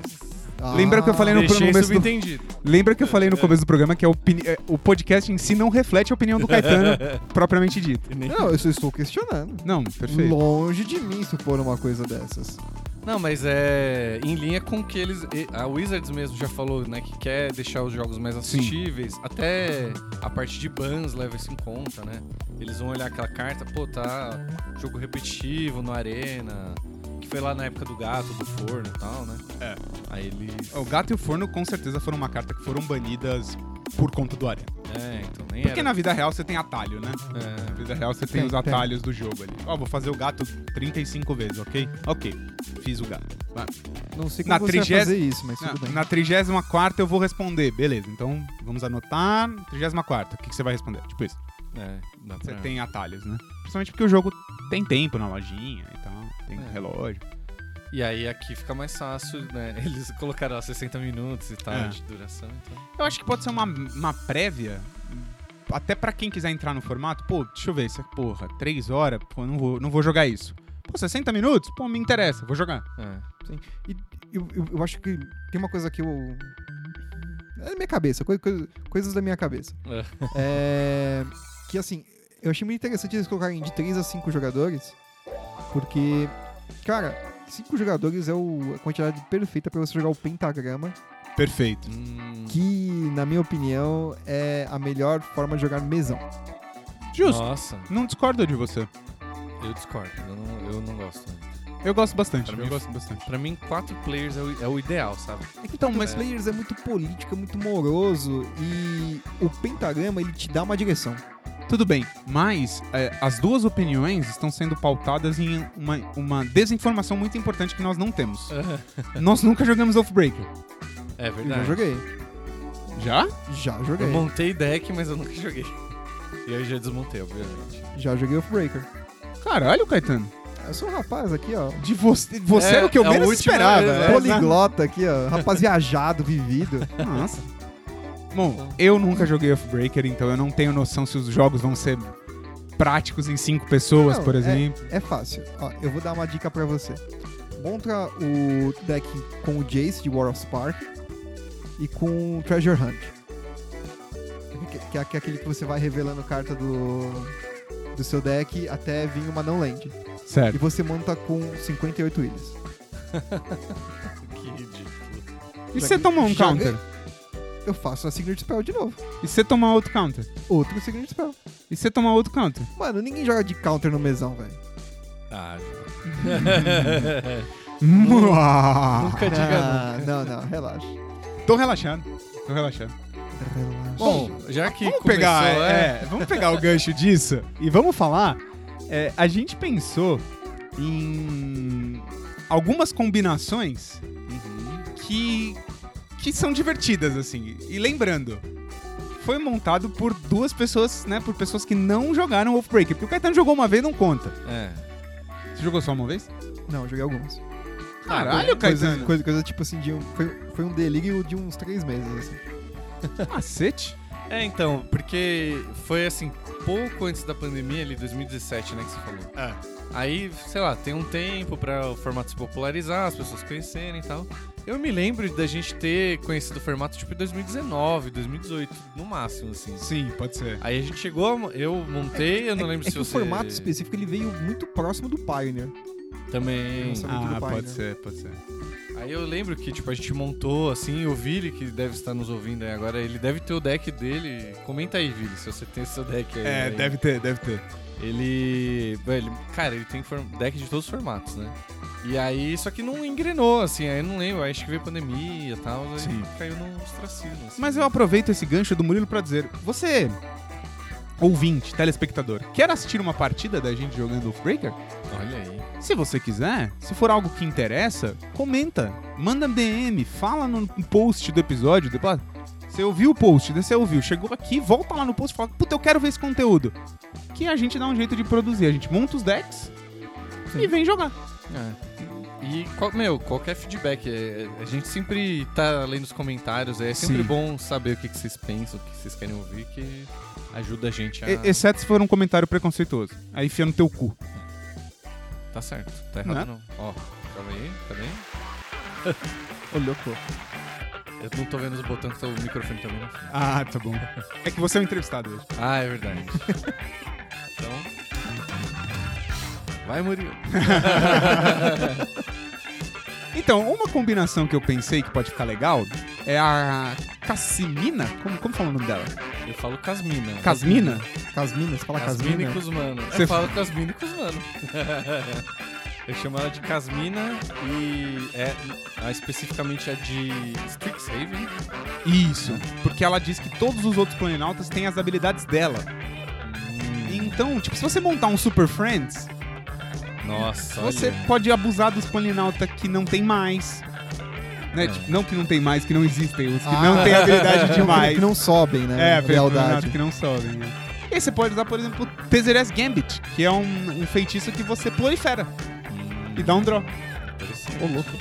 Ah, É. Lembra que eu falei no Deixei começo do- subentendido. Lembra que eu falei no começo do programa que a opini- eh, o podcast em si não reflete a opinião do Caetano propriamente dito. Não, eu só estou questionando. Não, perfeito. Longe de mim supor uma coisa dessas. Não, mas é em linha com o que eles. e- A Wizards mesmo já falou, né? Que quer deixar os jogos mais assistíveis. Até a parte de bans leva isso em conta, né? Eles vão olhar aquela carta, pô, tá jogo repetitivo no Arena. Que foi lá na época do gato, do forno e tal, né? É. Aí eles. O gato e o forno com certeza foram uma carta que foram banidas por conta do Arena. É, então nem Porque era. É, na vida real você tem atalho, né? Na vida real você tem, Tem, os tem. atalhos do jogo ali. Ó, vou fazer o gato 35 vezes, ok? Ok. Fiz o gato. Vai. Não sei como Na você trigés- vai fazer isso, mas tudo bem. Na, na 34 eu vou responder. Beleza, então vamos anotar. 34, o que, que você vai responder? Tipo isso. É, é, dá Você pra- tem atalhos, né? Principalmente porque o jogo tem tempo na lojinha e tal. Tem É. relógio. E aí aqui fica mais fácil, né? Eles colocaram lá 60 minutos e tal É. de duração. Então... Eu acho que pode ser uma, uma prévia. Até pra quem quiser entrar no formato, pô, deixa eu ver, isso é porra, 3 horas, pô, não vou, não vou jogar isso. Pô, 60 minutos? Pô, me interessa, vou jogar. É. Eu, eu- eu acho que tem uma coisa que eu. É da minha cabeça, coi- coi- coisas da minha cabeça. É. É, Que assim, eu achei muito interessante eles colocarem de 3 a 5 jogadores, porque, cara, 5 jogadores é o- a quantidade perfeita pra você jogar o pentagrama, Perfeito. Hum, que, na minha opinião, é a melhor forma de jogar mesão. Justo. Nossa. Não discordo de você. Eu discordo, eu não, eu não gosto. Eu gosto bastante. Pra Eu mim- gosto bastante. Pra mim, quatro players é o, é o ideal, sabe? É que então, mas Players é muito político, é muito moroso e o pentagrama ele te dá uma direção. Tudo bem, mas é, as duas opiniões estão sendo pautadas em uma, uma desinformação muito importante que nós não temos. nós nunca jogamos Oathbreaker. É Eu já verdade. joguei, Já? já Eu joguei, montei deck, mas eu nunca joguei. E aí eu já desmontei, obviamente. já joguei Offbreaker. Caralho, Caetano. Eu sou um rapaz aqui, ó. De você, você É, era o que eu é a menos última esperava. vez, né? é, Poliglota aqui, ó. Rapaz viajado, vivido. Nossa. Bom, eu nunca joguei Oathbreaker, então eu não tenho noção se os jogos vão ser práticos em cinco pessoas, Não, por é- exemplo. É fácil. Ó, eu vou dar uma dica pra você. Monta o deck com o Jace de War of Spark e com o Treasure Hunt. Que- Que, é- que é aquele que você vai revelando carta do, do seu deck até vir uma não land. E Certo. você monta com 58 ilhas. Que ridículo. E se você tomar um Já- counter? Eu faço a Signature Spell de novo. E se você tomar outro counter? Outro Signature Spell. E se você tomar outro counter? Mano, ninguém joga de counter no mesão, velho. Ah, Mua! nunca diga Ah, não, não, relaxa. Tô relaxando. Tô relaxando. Relaxa. Bom, já que Vamos começou, pegar, é, é, vamos pegar o gancho disso e vamos falar. É, a gente pensou em algumas combinações que, que são divertidas, assim. E lembrando, foi montado por duas pessoas, né? Por pessoas que não jogaram Wolfbreaker. Porque o Caetano jogou uma vez não conta. É. Você jogou só uma vez? Não, eu joguei algumas. Ah, Caralho, Coisa, Caetano! coisa, coisa tipo assim, de um, foi, foi um delírio de uns três meses. assim. Cacete! É, então, porque foi assim, pouco antes da pandemia, ali, 2017, né, que você falou. É. Aí, sei lá, tem um tempo pra o formato se popularizar, as pessoas conhecerem e tal. Eu me lembro da gente ter conhecido o formato tipo em 2019, 2018, no máximo, assim. Sim, pode ser. Aí a gente chegou, eu montei, eu não É- lembro é se que você... o formato específico ele veio muito próximo do Pioneer. Também... Nossa, muito Ah, do pai, pode né? ser, pode ser. Aí eu lembro que, tipo, a gente montou, assim, o Vili, que deve estar nos ouvindo aí agora, ele deve ter o deck dele. Comenta aí, Vili, se você tem seu deck aí. É, né? deve ter, deve ter. Ele. bom, ele- Cara, ele tem form- deck de todos os formatos, né? E aí, só que não engrenou, assim, aí eu não lembro, aí acho que veio pandemia e tal, aí Sim. caiu num ostracismo. assim. Mas eu aproveito esse gancho do Murilo pra dizer, você ouvinte, telespectador, quer assistir uma partida da gente jogando Wolfbreaker? Olha aí. Se você quiser, se for algo que interessa, comenta, manda DM, fala no post do episódio, depois você ouviu o post, né? você ouviu, chegou aqui, volta lá no post e fala, puta, eu quero ver esse conteúdo. Que a gente dá um jeito de produzir, a gente monta os decks Sim. e vem jogar. É. E, qual- meu, qualquer feedback, é- a gente sempre tá lendo os comentários, é sempre Sim. bom saber o que, que vocês pensam, o que vocês querem ouvir, que ajuda a gente É. a. E- Exceto se for um comentário preconceituoso. Aí enfia no teu cu. Tá certo, tá Né? errado não. Ó, calma aí, tá calma aí. Ô, louco. Eu não tô vendo os botões que tá o microfone também na frente. Ah, tá bom. É que você é o entrevistado hoje. Ah, é verdade. então. Vai, Murilo. Então, uma combinação que eu pensei que pode ficar legal é a Cassimina. Como, como fala o nome dela? Eu falo Casmina. Casmina? Casminas, fala Casmina e Casminas. Cusmano. Eu Você- falo Casmina e Cusmano. Eu chamo ela de Casmina e é ah, especificamente a de Strixhaven. Isso. Porque ela diz que todos os outros planinautas têm as habilidades dela. Então, tipo, se você montar um Super Friends, Nossa, você olha. pode abusar dos planinautas que não tem mais. Né? É. Tipo, não que não tem mais, que não existem, os que Ah. não têm habilidade Que não- demais. Que não sobem, né? É, Lealdade. que não sobem. né? E aí você pode usar, por exemplo, Tezeres Gambit, que é um, um feitiço que você prolifera Hum, e dá um draw. interessante. Ô, louco.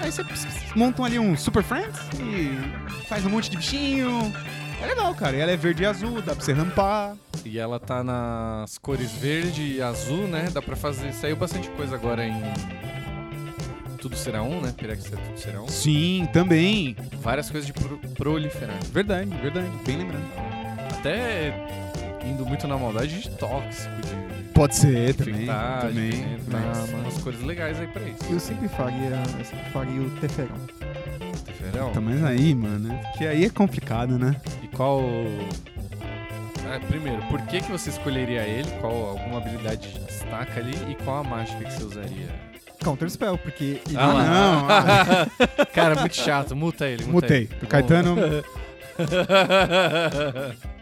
Aí você ps- ps- montam ali um Super Friends e faz um monte de bichinho. É legal, cara. E ela é verde e azul, dá pra você rampar. E ela tá nas cores verde e azul, né? Dá pra fazer. Saiu bastante coisa agora em. Tudo será um, né? Pirex é tudo será um. Sim, também. Várias coisas de pro- proliferar. Verdade, verdade. Bem lembrando. Até indo muito na maldade de tóxico, de Pode ser infectar, de né? também. Mas também. umas cores legais aí pra isso. Eu sempre faria, eu sempre faria o Teferão. Verão. Tá, mas aí, mano, né? que aí é complicado, né? E qual. Ah, primeiro, por que, que você escolheria ele? Qual alguma habilidade destaca ali? E qual a mágica que você usaria? Counter Spell, porque ele- Ah lá. não, ah, Cara, muito chato. Muta ele. Muta Mutei. Ele. Do Caetano.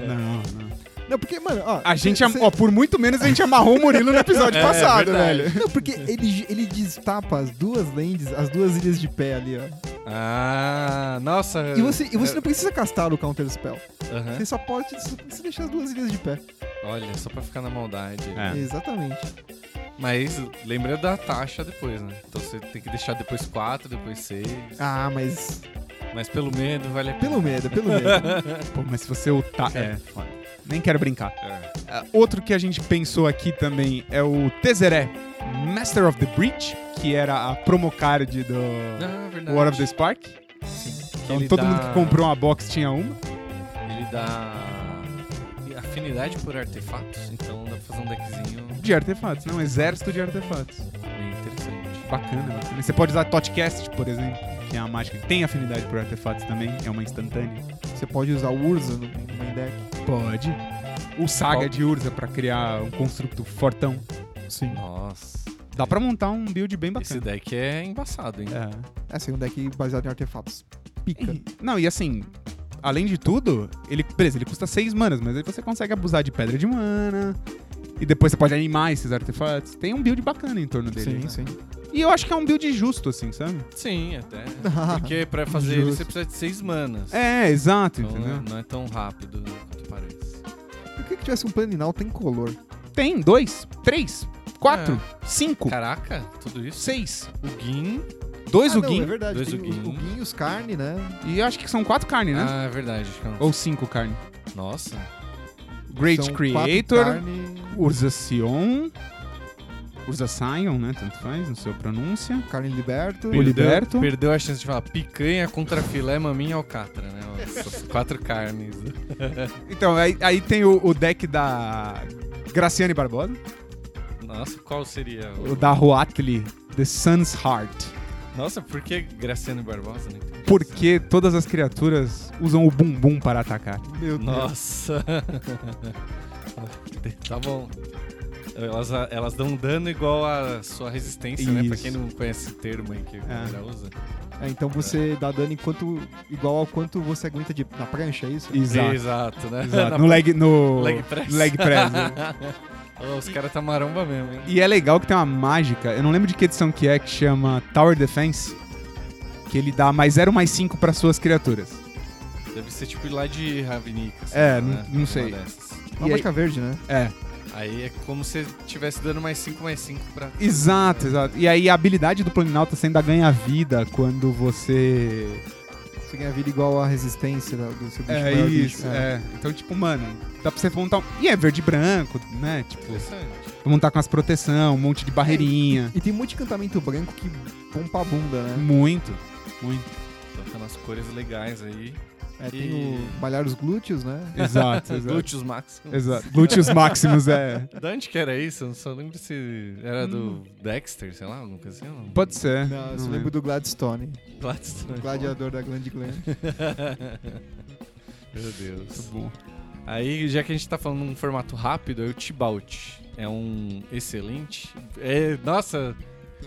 Não, não. Não, porque, mano, ó. A gente, é am- cê- ó, por muito menos a gente amarrou o Murilo no episódio É, passado, verdade. velho. Não, porque ele, ele destapa as duas lands, as duas ilhas de pé ali, ó. Ah, nossa. É. E você, e você não precisa castar o Counter Spell. Aham. Você só pode você precisa deixar as duas ilhas de pé. Olha, só pra ficar na maldade. É. Exatamente. Mas lembra da taxa depois, né? Então você tem que deixar depois 4, depois 6. Ah, mas. Mas pelo medo vale a pena. Pelo medo, pelo medo. Pô, mas se você otar. É, foda. Nem quero brincar. É. Ah, Outro que a gente pensou aqui também é o Tezeré Master of the Breach, que era a promo card do Ah, verdade. War of the Spark. Então ele todo dá- mundo que comprou uma box tinha uma. Ele dá afinidade por artefatos, então dá pra fazer um deckzinho De artefatos, não, um exército de artefatos. bem interessante. Bacana, bacana. Você pode usar Totcast, por exemplo, que é uma mágica que tem afinidade por artefatos também, é uma instantânea. você pode usar o Urza né? no no main deck. Pode. O Saga Qual- de Urza pra criar um construto fortão. Sim. Nossa. Dá pra montar um build bem Esse bacana. deck é embaçado, hein? É. É assim, um deck baseado em artefatos. Pica. Não, e assim, além de tudo, ele, beleza, ele custa 6 manas, mas aí você consegue abusar de pedra de mana, E depois você pode animar esses artefatos. Tem um build bacana em torno dele. Sim, né? sim. E eu acho que é um build justo, assim, sabe? Sim, até. Porque pra fazer ele você precisa de seis manas. É, exato, Então entendeu? não é- né? não é tão rápido quanto parece. Por que, que tivesse um planinal tem color? Tem dois, três, quatro, É. cinco, Caraca, tudo isso? seis, O Gin. dois ah, não, Ugin. é verdade. Dois tem o- Ugin. o Ugin e os carne, né? E eu acho que são quatro carnes, né? Ah, é verdade. acho que é um- Ou cinco carnes. Nossa. Great São quatro Creator, Carne, Urza Sion, Urza Sion, né? Tanto faz, não sei a pronúncia. carne liberto. Poli- Liberto. Perdeu a chance de falar picanha contra filé, maminha e alcatra, né? Essas quatro carnes. Então, aí, aí tem o, o deck da Graciane Barbosa, Nossa, qual seria? o- o da Huatli, The Sun's Heart. Nossa, por que Graciano Barbosa? Não entendi. Porque todas as criaturas usam o bumbum para atacar. Meu Deus. Nossa. tá bom. Elas, elas dão dano igual a sua resistência, né? Isso. Pra Ah. quem não conhece o termo aí que a galera usa. É, então você dá dano enquanto, igual ao quanto você aguenta de, na prancha, é isso? Exato. Exato, né? Exato. Na- No leg, no Leg press. leg press, né? Ó, Os caras tá maromba mesmo, hein? E é legal que tem uma mágica, eu não lembro de que edição que é, que chama Tower Defense, que ele dá mais 0, mais 5 para suas criaturas. Deve ser tipo lá de Ravnica. assim, É, né? não- não Uma sei. dessas. Uma E aí- marca verde, né? É, Aí é como se tivesse dando mais 5, mais 5 pra... exato, exato. E aí a habilidade do Planinauta sendo a ganha-vida quando você... Você ganha vida igual à resistência da- do seu bicho. É maior, bicho. isso, é. Então, tipo, mano, dá pra você montar... um- E é verde e branco, né? Tipo, Interessante. montar com as proteção, um monte de barreirinha. E tem muito encantamento branco que pompa a bunda, né? Muito, muito. Então tá nas cores legais aí. É, E- tem o malhar os glúteos, né? Exato, exato. Glúteos máximos. exato. Glúteos máximos, é. Da onde que era isso? Eu não só lembro se era do Dexter, sei lá, alguma coisa assim. ou Não. Hum. Pode ser. Não, é eu Não é. só lembro do Gladstone, Gladstone. gladiador da Grand Glen. Meu Deus. Muito bom. Aí, já que a gente tá falando um formato rápido, é o Tibalt. É um excelente. É, nossa,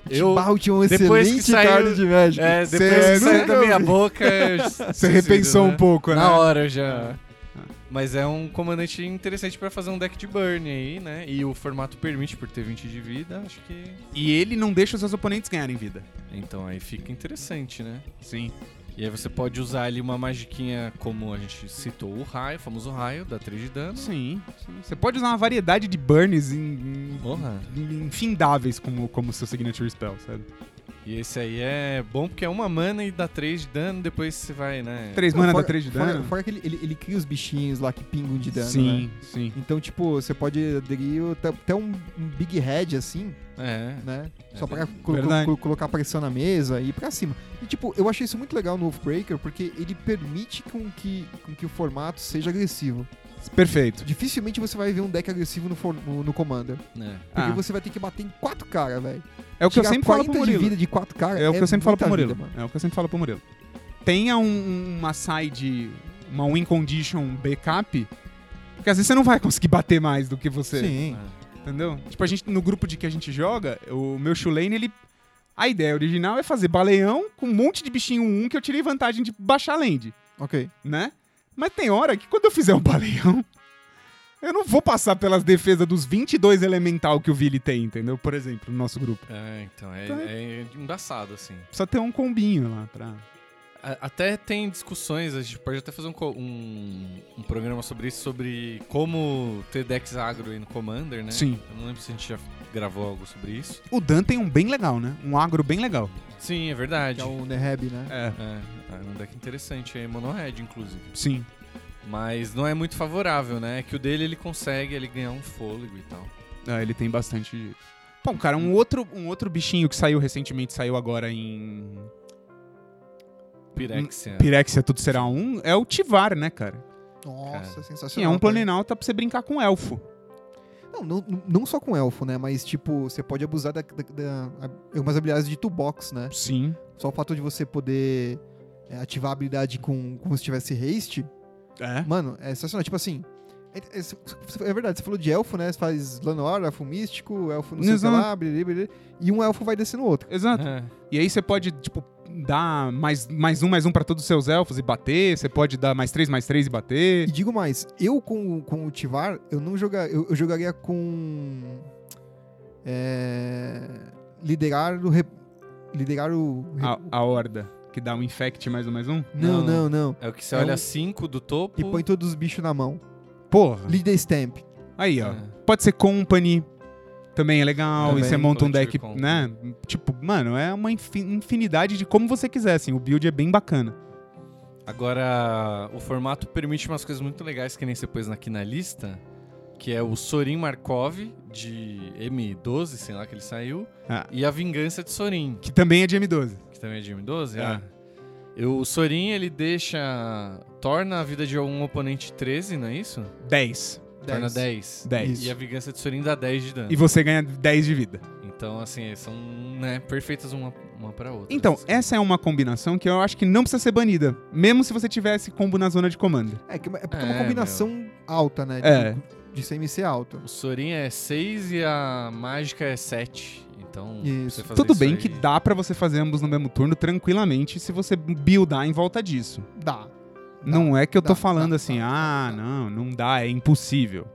eu. Tibalt é um depois que excelente saiu- card de Magic. É, depois Cê que saiu nunca da minha vi. boca. eu Você suicido, repensou né? um pouco, né? Na hora eu já. Mas é um comandante interessante pra fazer um deck de burn aí, né? E o formato permite por ter 20 de vida, acho que. E ele não deixa os seus oponentes ganharem vida. Então aí fica interessante, né? Sim. E aí você pode usar ali uma magiquinha como a gente citou o raio, o famoso raio, dá 3 de dano. Sim. sim. Você pode usar uma variedade de burns in- Porra. in- infindáveis como, como seu signature spell, sabe? E esse aí é bom porque é uma mana e dá 3 de dano, depois você vai, né? Três Não, mana dá fora- 3 de fora- dano. Fora que ele, ele, ele cria os bichinhos lá que pingam de dano, né? sim, sim. Então, tipo, você pode aderir até, até um, um big head, assim, É. né? É Só pra verdade. colo- Verdade. colo- colocar pressão na mesa e ir pra cima. E, tipo, eu achei isso muito legal no Wolfbreaker, porque ele permite com que, com que o formato seja agressivo. Perfeito. Dificilmente você vai ver um deck agressivo no, for- no, no Commander. né. Porque Ah, você vai ter que bater em quatro caras, velho. é o que eu sempre falo pro de Murilo. vida de quatro caras É o que eu sempre falo pro muita Murilo. vida, mano. É o que eu sempre falo pro Murilo. Tenha um- uma side, uma win condition backup, porque às vezes você não vai conseguir bater mais do que você. Sim. Entendeu? Tipo, a gente, no grupo de que a gente joga, o meu Shulane, ele. A ideia original é fazer baleão com um monte de bichinho 1 que eu tirei vantagem de baixar land, Ok. né? Mas tem hora que quando eu fizer um baleão, eu não vou passar pelas defesas dos 22 elemental que o Vili tem, entendeu? Por exemplo, no nosso grupo. É, então é, Então é embaçado, assim. Precisa ter um combinho lá pra. A- Até tem discussões, a gente pode até fazer um, co- um, um programa sobre isso, sobre como ter decks agro aí no Commander, né? Sim. Eu não lembro se a gente já gravou algo sobre isso. O Dan tem um bem legal, né? Um agro bem legal. Sim, é verdade. Que é o Nehab, né? É. É, é um deck interessante, é mono-red, inclusive. Sim. Mas não é muito favorável, né? É que o dele ele consegue ele ganhar um fôlego e tal. Ah, ele tem bastante. Bom, cara, um outro, um outro bichinho que saiu recentemente, saiu agora em Pirexia. Pirexia Tudo Será Um, é o Tivar, né, cara? Nossa, sensacional. Sim, é um cara. planinauta pra você brincar com elfo. Não, não, não só com elfo, né? Mas, tipo, você pode abusar da, da, da- a- algumas habilidades de toolbox, né? Sim. Só o fato de você poder é, ativar a habilidade com, como se tivesse haste. É. Mano, é sensacional. Tipo assim. É, é- é verdade, você falou de elfo, né? Você faz Lanor, elfo místico, elfo não sei o que Exato. É. lá, bliriri, bliriri, e um elfo vai descendo o outro. Exato. E aí você pode, tipo, dar mais, mais um, mais um pra todos os seus elfos e bater. Você pode dar mais três, mais três e E bater. digo mais, eu com, com o Tivar, eu não jogar, eu, eu jogaria com é, liderar o rep- liderar o rep- A, a horda, que dá um infect mais um, mais um. não, não. não, não. É o que você É olha um- 5 do topo. E põe todos os bichos na mão. Tá. Porra. Leader Stamp. Aí, ó. É. Pode ser company. Também é legal. e Também, você monta um collective deck, company. né? Tipo, mano, é uma infi- infinidade de como você quiser, assim. O build é bem bacana. Agora, o formato permite umas coisas muito legais que nem você pôs aqui na lista, que é o Sorin Markov de M12, sei lá que ele saiu, Ah. e a Vingança de Sorin. Que também é de M12. que também é de M12, É. ah. Eu, o Sorin, ele deixa. Torna a vida de um oponente 13, não é isso? 10. Torna 10. 10. 10. E a vingança de Sorin dá 10 de dano. E você ganha 10 de vida. Então, assim, são né, perfeitas uma, uma pra outra. Assim, Então, essa é uma combinação que eu acho que não precisa ser banida. Mesmo se você tivesse combo na zona de comando. É, que é porque é uma É, combinação alta, né? De, É. de CMC alto. O Sorin é 6 e a mágica é 7. Então, Isso. pra você fazer Tudo isso bem aí- que dá pra você fazer ambos no mesmo turno tranquilamente se você buildar em volta disso. Dá. não é que eu tô dá, falando dá, assim, dá, ah, dá, dá." não, não dá, é impossível.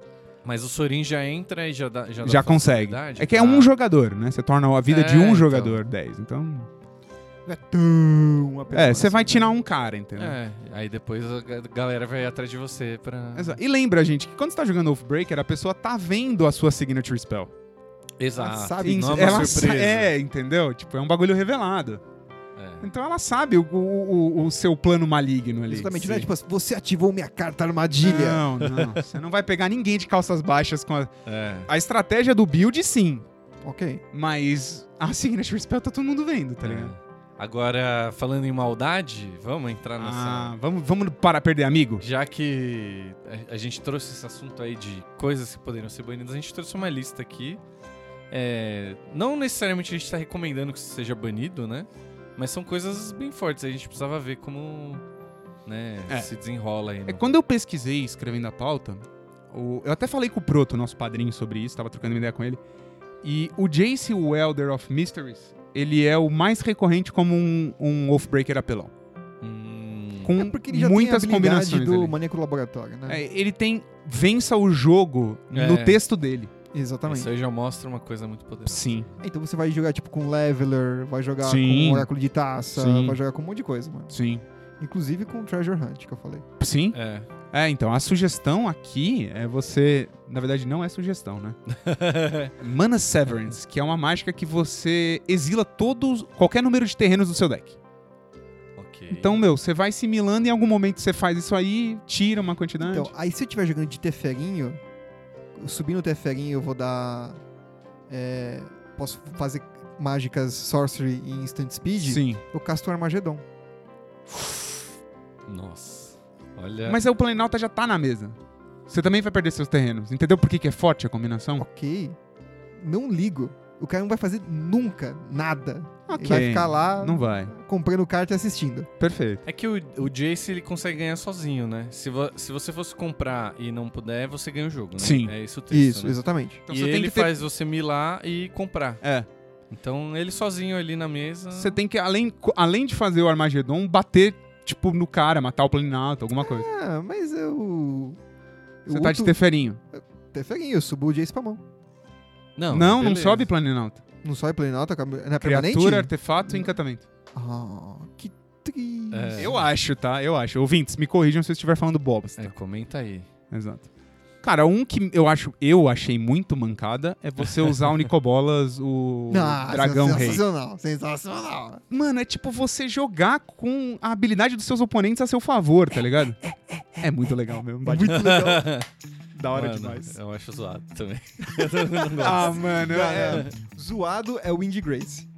Mas o Sorin já entra e já dá. Já, dá Já consegue. facilidade tipo, ah, É que é pra- um jogador, né? Você torna a vida de É, um então. jogador 10. Então. Não é tão apertado É, você vai assim. tirar um cara, entendeu? É, aí depois a ga- galera vai atrás de você pra. Exa- E lembra, gente, que quando você tá jogando Oathbreaker, a pessoa tá vendo a sua signature spell. Exato. Ela sabe Ent- não é ela uma sa- surpresa. é, entendeu? Tipo, é um bagulho revelado. É. Então ela sabe o, o- o- o seu plano maligno ali. Exatamente, não é Sim. tipo assim, você ativou minha carta armadilha. Não, não. Você não vai pegar ninguém de calças baixas com a. É. A estratégia do build, sim. Ok. Mas a signature spell tá todo mundo vendo, tá ligado? É. Agora, falando em maldade, vamos entrar nessa. Ah, vamos, vamos parar perder amigo? Já que a, a gente trouxe esse assunto aí de coisas que poderiam ser banidas, a gente trouxe uma lista aqui. É, não necessariamente a gente está recomendando que isso seja banido, né? Mas são coisas bem fortes. A gente precisava ver como né, É. se desenrola aí. né? É, no- quando eu pesquisei escrevendo a pauta, o- eu até falei com o Proto, nosso padrinho, sobre isso, tava trocando uma ideia com ele. E o Jace Welder of Mysteries, ele é o mais recorrente como um, um Oathbreaker apelão. Hum, Com É porque ele já muitas tem a habilidade combinações. do ali. maníaco laboratório, né? É, ele tem vença o jogo É. no texto dele. Exatamente. Isso aí já mostra uma coisa muito poderosa. Sim. Então você vai jogar tipo com leveler, vai jogar Sim. com oráculo de taça, Sim. vai jogar com um monte de coisa, mano. Sim. Inclusive com Treasure Hunt, que eu falei. Sim. É. É, então, a sugestão aqui é você. Na verdade, não é sugestão, né? Mana Severance, que é uma mágica que você exila todos, qualquer número de terrenos do seu deck. ok. Então, meu, você vai se milando em algum momento você faz isso aí, tira uma quantidade. Então, aí se eu estiver jogando de Teferinho, eu subir no Teferinho eu vou dar. é, posso fazer mágicas Sorcery e Instant Speed, Sim. eu casto o Armagedon. Nossa. Olha. Mas aí o Planalta já tá na mesa. Você também vai perder seus terrenos. Entendeu por que, que é forte a combinação? Ok. Não ligo. O cara não vai fazer nunca nada. Ok. Ele vai ficar lá Não vai. comprando carta e assistindo. Perfeito. É que o, o Jace ele consegue ganhar sozinho, né? Se, vo- se você fosse comprar e não puder, você ganha o jogo, né? Sim. É isso o texto. Isso, né? exatamente. Então e você tem ele que ter- faz você milar e comprar. É. Então ele sozinho ali na mesa. Você tem que, além, co- além de fazer o Armagedon, bater, tipo, no cara, matar o Planalta, alguma coisa. Ah, mas eu. Você eu tá de uso teferinho. Teferinho, eu subo o Jace pra mão. Não, Não, não, beleza. sobe Planalta. Não só é planalto, não é permanente? Criatura, artefato e encantamento. Ah, que triste. É. Eu acho, tá? Eu acho. Ouvintes, me corrijam se eu estiver falando bobas. tá? É, comenta aí. Exato. Cara, um que eu acho, eu achei muito mancada é você usar o Nicobolas, o Ah, Dragão Rei. sensacional, sensacional. Mano, é tipo você jogar com a habilidade dos seus oponentes a seu favor, tá ligado? É muito legal mesmo. Bate Muito legal. da hora Mano, demais. Eu acho zoado também. Ah, mano. é- Cara, zoado é o Windy Grace.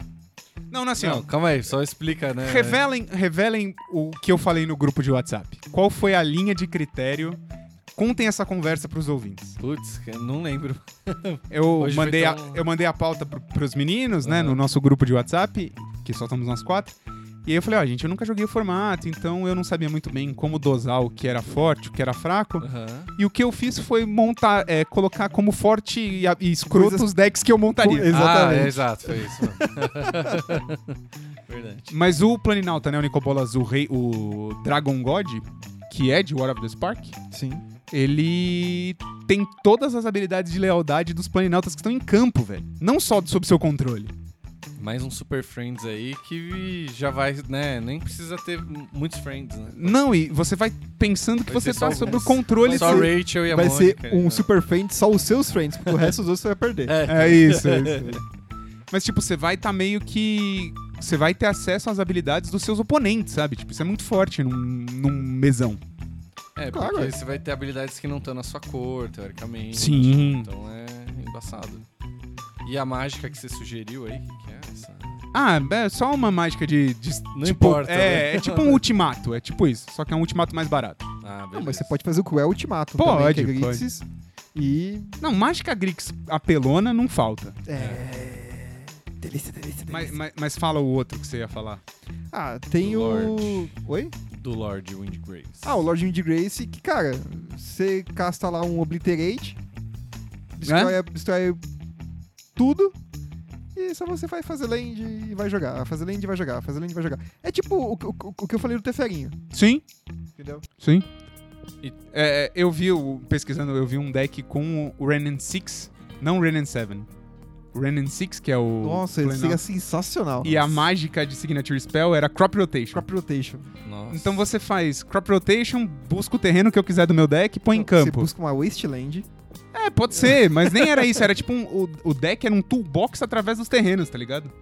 Não, não, assim, ó. não, calma aí, só explica, né? Revelem, revelem o que eu falei no grupo de WhatsApp. Qual foi a linha de critério? Contem essa conversa pros ouvintes. Putz, que eu não lembro. Eu Hoje foi mandei, a, tão- É. eu mandei a pauta pro, pros meninos, né, Aham. no nosso grupo de WhatsApp, que só estamos nós quatro. E aí eu falei, ó, gente, eu nunca joguei o formato, então eu não sabia muito bem como dosar o que era forte, o que era fraco. Aham. E o que eu fiz foi montar, é, colocar como forte e, a- e escroto os decks que eu montaria. Exatamente. Ah, é, exato, foi isso. mano. Verdade. Mas o Planinauta, né, o Nicobolas, o rei, o Dragon God, que é de War of the Spark, Sim. ele tem todas as habilidades de lealdade dos Planinautas que estão em campo, velho. Não só sob seu controle. Mais um Super Friends aí que já vai, né? Nem precisa ter m- muitos Friends, né? Não, e você vai pensando que Vai você ser tá só- sob o controle... Só do- Rachel e É a Vai ser Mônica. um né? super friend só os seus friends, porque o resto dos outros você vai perder. É isso, é isso. Mas, tipo, você vai tá meio que. Você vai ter acesso às habilidades dos seus oponentes, sabe? Tipo, isso é muito forte num, num mesão. É, Claro, porque é. você vai ter habilidades que não estão na sua cor, teoricamente. Sim. Então é embaçado. E a mágica que você sugeriu aí, que que é essa? Ah, é só uma mágica de. de- Não tipo, importa, É, né? é tipo um ultimato, é tipo isso. Só que é um ultimato mais barato. Ah, beleza. Não, mas você pode fazer o que é ultimato. Pode, também, que é pode. Grixis, E. Não, mágica Grix apelona não falta. É. Delícia, delícia, delícia. Mas, mas, mas fala o outro que você ia falar. Ah, tem o. Lorde. Oi? Do Lord Windgrace. Ah, o Lord de Grace, que, cara, você casta lá um Obliterate, destrói, destrói tudo, e só você vai fazer land e vai jogar, fazer land e vai jogar, fazer land e vai jogar. É tipo o, o- o que eu falei do Teferinho, Sim, entendeu? sim. E- É, eu vi, o- pesquisando, eu vi um deck com o Renan 6, não Renan 7. O Renan 6, que é o. Nossa, ele Planar- seria sensacional. E a mágica de Signature Spell era Crop Rotation. Crop Rotation. Nossa. Então você faz Crop Rotation, busca o terreno que eu quiser do meu deck e põe em Então, Você campo. busca uma Wasteland. É, pode ser, mas nem era isso. Era tipo um, o, o deck era um toolbox através dos terrenos, tá ligado?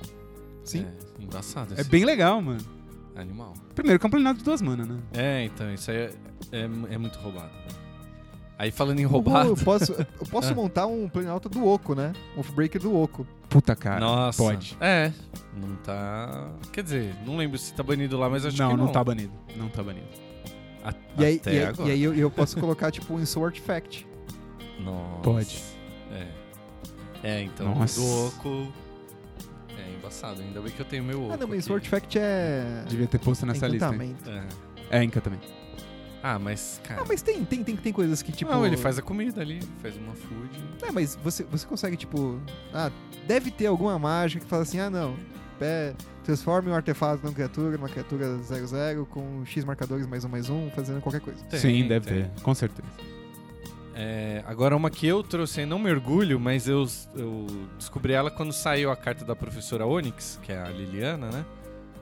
Sim. É, embaçado. É esse bem legal, mano. Animal. Primeiro, que é um planinado de duas manas, né? É, então, isso aí é, é mu- é muito roubado. Aí falando em Eu roubado. posso, eu É. posso montar um Planalto do Oco, né? Um Offbreaker do Oco. Puta Ah, cara. Nossa. Pode. É. Não tá. Quer dizer, não lembro se tá banido lá, mas acho Não, que não. não tá banido. Não tá banido. A- E aí, até e aí, agora. e aí eu, eu posso colocar, tipo, um Soul Artifact. Nossa. Pode. É. É, então Nossa. do Oco. É embaçado. Ainda bem que eu tenho meu Oco. Ah, não, mas aqui. Soul Artifact é. Devia ter posto nessa lista. hein? encantamento. É. É, Inca também. Ah, mas, cara. Ah, mas tem, tem, tem, tem coisas que, tipo. não, ele faz a comida ali, faz uma food. É, mas você, você consegue, tipo. Ah, deve ter alguma mágica que fala assim: ah, não. Pé, transforme um artefato numa criatura, numa criatura 00, com X marcadores mais um, mais um, fazendo qualquer coisa. Tem, Sim, deve tem. ter. Com certeza. É, agora, uma que eu trouxe aí, não mergulho, mas eu, eu descobri ela quando saiu a carta da professora Onyx, que é a Liliana, né?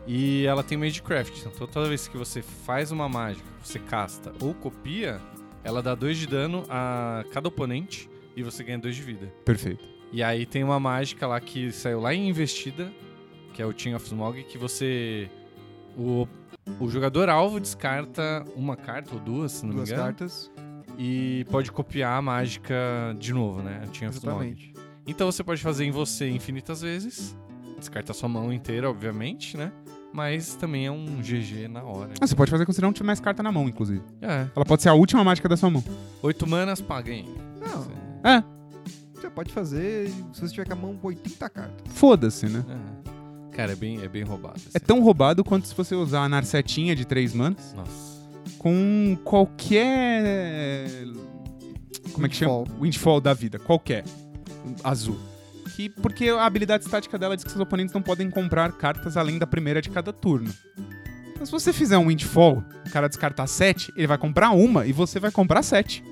E ela tem Magecraft, então toda vez que você faz uma mágica, você casta ou copia, ela dá 2 de dano a cada oponente e você ganha 2 de vida. Perfeito. E aí tem uma mágica lá que saiu lá em Investida, que é o Team of Smog, que você... O, o jogador alvo descarta uma carta ou duas, se não Duas me engano cartas. e pode copiar a mágica de novo, né? Eu tinha Exatamente. Exatamente. Então você pode fazer em você infinitas vezes, descarta sua mão inteira, obviamente, né? Mas também é um GG na hora. Ah, você pode fazer quando você não tiver mais carta na mão, inclusive. É. Ela pode ser a última mágica da sua mão. Oito manas paguem. Não, É, você pode fazer se você tiver com a mão com 80 cartas. foda-se, né? É. Cara, é bem, é bem roubado. É assim. tão roubado quanto se você usar a Narcetinha de 3 manas. Nossa. com qualquer. Como é que chama? Windfall. Windfall da vida, qualquer. Azul. Que, porque a habilidade estática dela diz que seus oponentes não podem comprar cartas além da primeira de cada turno. Então, se você fizer um Windfall, o cara descartar 7, ele vai comprar uma e você vai comprar 7.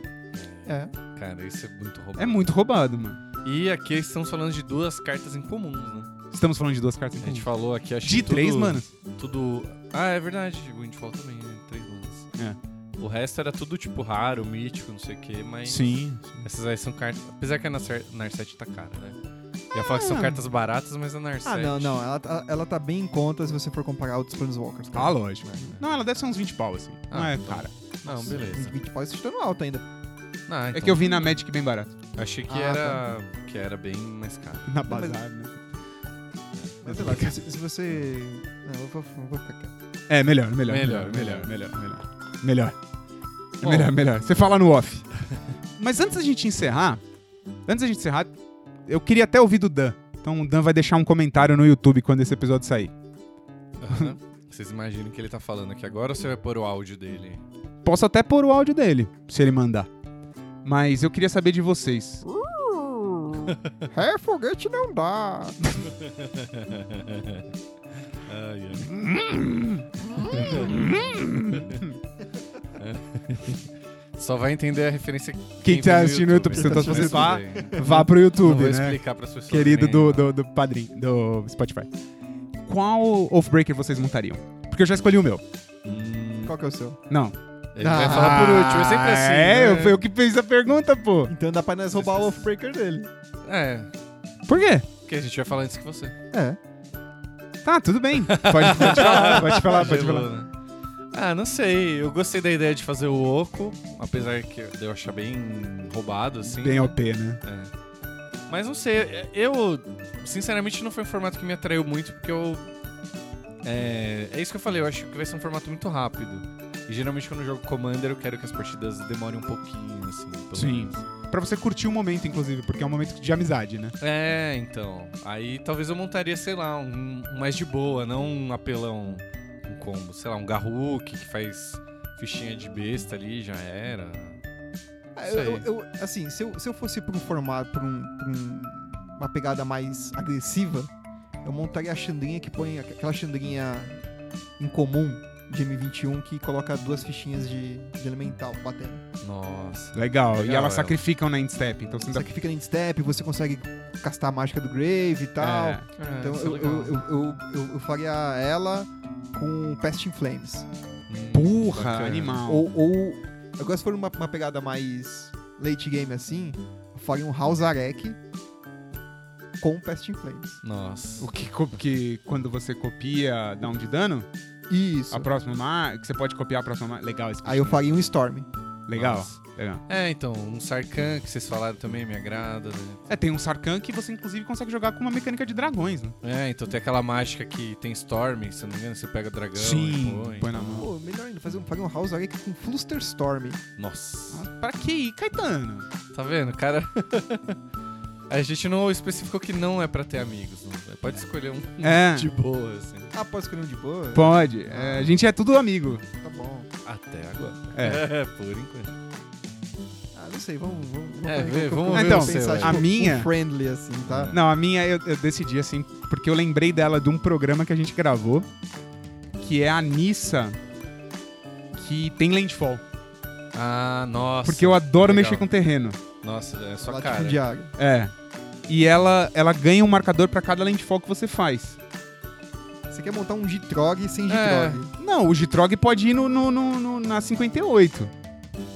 É. Cara, isso é muito roubado. É muito roubado, mano. E aqui estamos falando de duas cartas em comuns, né? Estamos falando de duas cartas A em gente comum. falou aqui, acho Hum. De que três, tudo- mano. Tudo. Ah, é verdade. O Windfall também, né? Três manas. O resto era tudo tipo raro, mítico, não sei o que, mas. É. Sim. Essas aí são cartas. Apesar que a Narset, Narset tá cara, né? Eu ia falar que são Ah. cartas baratas, mas a Narset. Ah, não, não. Ela, tá- ela tá bem em conta se você for comparar outros Planeswalkers. Ah, Tá? lógico. Não, ela deve ser uns 20 pau, assim. não Ah, é, tá. cara. Não, beleza. 20 pau, você está no alto ainda. Ah, Hum. É que eu tá. vi na Magic bem barato. Achei que Ah, era. Que era bem mais caro. Na Mas- bazar, né? Mas sei lá, se, você- se você. Não, eu vou, eu vou ficar quieto. É, melhor, melhor, Melhor, melhor, melhor, melhor, melhor. Melhor. É Bom. melhor, melhor. Você fala no off. Mas antes da gente encerrar, antes da gente encerrar, eu queria até ouvir do Dan. Então o Dan vai deixar um comentário no YouTube quando esse episódio sair. Aham. Vocês imaginam o que ele tá falando aqui agora ou você vai pôr o áudio dele? Posso até pôr o áudio dele, se ele mandar. Mas eu queria saber de vocês. É, foguete não dá. Ai, ai. Só vai entender a referência Quem tá viu assistindo no YouTube, se Não você tá assistindo, vá- estudei. Vá pro Não vou YouTube, né? explicar pras pessoas. Querido também, do, mas- do, do padrinho, do Spotify. Qual Offbreaker vocês montariam? Porque eu já escolhi o meu. Hum, Qual que é o seu? Não. Ele vai falar por último, é sempre assim. Ah, É, né? eu, foi eu que fiz a pergunta, pô. Então dá pra nós roubar o Offbreaker dele. É, Por quê? porque a gente vai falar antes que você. É. Tá, tudo bem. Pode, pode falar, pode falar, pode Gelou, falar. né? Ah, não sei. Eu gostei da ideia de fazer o oco, apesar que eu achar bem roubado, assim. Bem OP, né? Mas não sei, eu sinceramente não foi um formato que me atraiu muito, porque eu. É, é isso que eu falei, eu acho que vai ser um formato muito rápido. E geralmente quando eu jogo Commander eu quero que as partidas demorem um pouquinho, assim. pelo Sim. menos. Pra você curtir o momento, inclusive, porque é um momento de amizade, né? É, então. Aí talvez eu montaria, sei lá, um, um mais de boa, não um apelão, um combo. Sei lá, um Garruk que faz fichinha de besta ali, já era. Ah, Isso eu- aí. eu- eu- assim, se eu, se eu fosse pra um formato, pra, um- pra um- uma pegada mais agressiva, eu montaria a Xandrinha que põe aqu- aquela Xandrinha incomum de M21 que coloca duas fichinhas de, de elemental batendo. Nossa. Legal. Legal, é. e ela ela. sacrifica o Nine Step, então você Só ainda... que fica em step, você consegue castar a mágica do Grave e tal. É. É, Então isso é eu, legal. eu, eu, eu, eu- eu faria ela com Pest in Flames. Hum, Burra, bacana. animal. Ou, ou. Agora se for uma, uma pegada mais late game assim, eu faria um House Arek com Pest in Flames. Nossa. O que, co- que quando você copia, dá um de dano? Isso. A próxima marca, que você pode copiar a próxima marca. Legal esse Aí eu bicho, né? faria um Storm. Legal, Nossa. legal. É, então, um Sarkhan que vocês falaram também me agrada, né? É, tem um Sarkhan que você, inclusive, consegue jogar com uma mecânica de dragões, né? É, então tem aquela mágica que tem Storm, se eu não me engano, você pega o dragão e põe. Põe na mão. Pô, melhor ainda, fazer um, faria um House Arek com Fluster Storm. Nossa, Ah, Pra que ir, Caetano? tá vendo, cara? A gente não especificou que não é pra ter amigos, não. pode escolher um É, de boa, assim. Ah, pode escolher um de boa? pode. Ah. É, a gente é tudo amigo. Tá bom. Até agora. É. por enquanto. Ah, não sei, vamos. vamos, vamos É, fazer vê, um- vamos ver o seu, pensar, velho. tipo, A minha- Um friendly, assim, tá? Não, a minha eu, eu decidi assim, porque eu lembrei dela de um programa que a gente gravou, que é a Nissa, que tem landfall. Ah, nossa. Porque eu adoro legal. mexer com terreno. Nossa, é só Falar cara. tipo de água. É. E ela, ela ganha um marcador pra cada landfall que você faz. Você quer montar um Gitrog sem É. Gitrog. Não, o Gitrog pode ir no, no, no- no- na 58.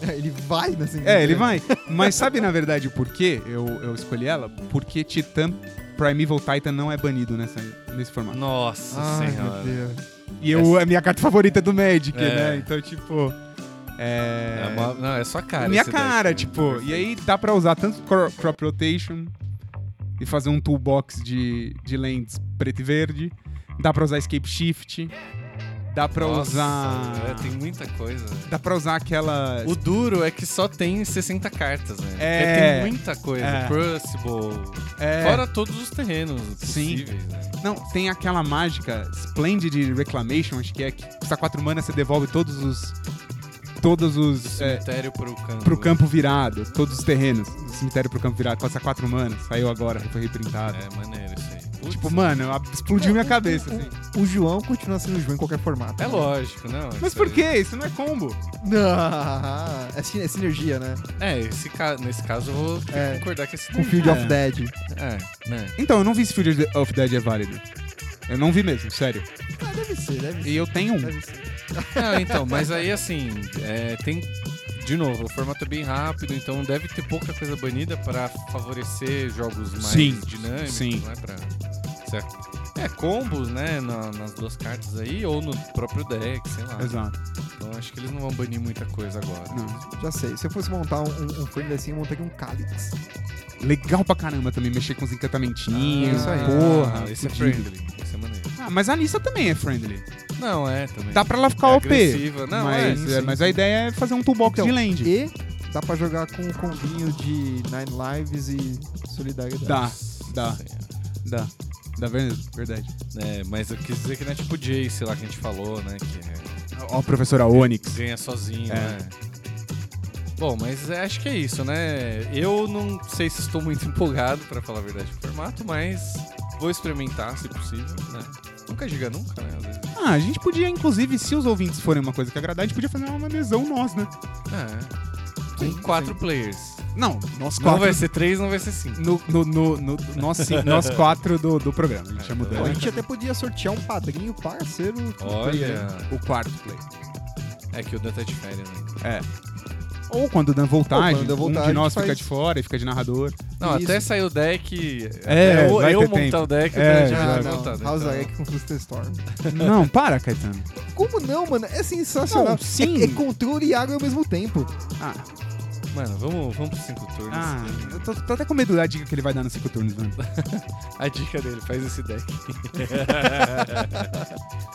É, Ele vai na É, ele vai. vai. Mas sabe, na verdade, por quê eu, eu escolhi ela? Porque Titã Primeval Titan não é banido nessa, nesse formato. Nossa Ai, meu senhora. Deus. E eu, a minha carta favorita é do Magic, É. né? Então, tipo. É. É uma- não, é só cara. minha esse deck, cara, né? tipo. E aí dá pra usar tanto cro- crop rotation e fazer um toolbox de, de lands preto e verde. Dá pra usar escape shift. Dá pra Nossa, usar. é, tem muita coisa. né? Dá pra usar aquela. O duro é que só tem 60 cartas, né? É. Porque tem muita coisa. É. Crucible. É, Fora todos os terrenos Sim. É. possíveis, né? Não, tem aquela mágica Splendid Reclamation, acho que é que custa 4 mana, você devolve todos os. Todos Do os. é, cemitério pro campo. pro campo virado, todos os terrenos. Do cemitério pro campo virado, custa 4 manas. Saiu agora, foi reprintado. É, maneiro isso aí. Putz, Tipo, mano, a- explodiu minha cabeça, assim. O João continua sendo o João em qualquer formato. É né? lógico, não. Mas isso por aí- quê? Isso não é combo. Não, é, sin- é sinergia, né? É, esse ca- nesse caso eu vou ter É. que concordar com esse Com Field É. of Dead. É, né? Então, eu não vi se Field of Dead é válido. Eu não vi mesmo, sério. Ah, deve ser, deve E eu tenho um. Deve ser. Não, então, mas aí assim, é, tem. De novo, o formato é bem rápido, então deve ter pouca coisa banida pra favorecer jogos mais Sim, dinâmicos, sim. né? Pra, certo? É, combos, né? na- nas duas cartas aí, ou no próprio deck, sei lá. Exato. Então acho que eles não vão banir muita coisa agora. Não. Já sei. Se eu fosse montar um, um, um frame assim, eu montaria um Calyx. Legal pra caramba também mexer com os Ah, encantamentinhos. isso aí. Porra. É esse é fudido. friendly. Esse é maneiro. Ah, mas a Nissa também é friendly. Não, é também. Dá pra ela ficar É OP. agressiva. Não, é, mas, sim, é, sim, mas sim. a ideia é fazer um toolbox Então, de land. E dá pra jogar com um o combinho de Nine Lives e Solidariedade. Dá, dá, dá. Da Vênus, verdade. É, mas eu quis dizer que não é tipo Jace lá que a gente falou, né? Que Ó, a professora é- Onyx. ganha sozinho, É. né? Bom, mas é, acho que é isso, né? Eu não sei se estou muito empolgado, pra falar a verdade, com o formato, mas vou experimentar, se possível, né? Nunca diga nunca, né? Às vezes. Ah, a gente podia, inclusive, se os ouvintes forem uma coisa que agradar, a gente podia fazer uma mesão nós, né? É. Tem quatro players. Não, nós Não quatro. vai ser três, não vai ser cinco. No, no, no, no- nós, sim- nós quatro do, do programa. A gente já mudou. Pô, a gente até podia sortear um padrinho parceiro. Olha, O quarto play. é que o Dan tá de férias, né? Ou quando o Dan voltar, Ou quando a o gente- Dan voltar, um a de gente nós fica faz- de fora e fica de narrador. Não, Isso. até saiu o deck. É, até eu, vai eu ter montar tempo. o deck, É, o Dan já já vai vai montar. né? Ah, House Então- Egg com Twister Storm. Não, para, Caetano. Como não, mano? É sensacional. Não, sim. É, é controle e água ao mesmo tempo. Ah, Mano, vamos, vamos pro cinco turnos. ah, eu tô, tô até com medo da dica que ele vai dar no cinco turnos, mano. A dica dele, faz esse deck.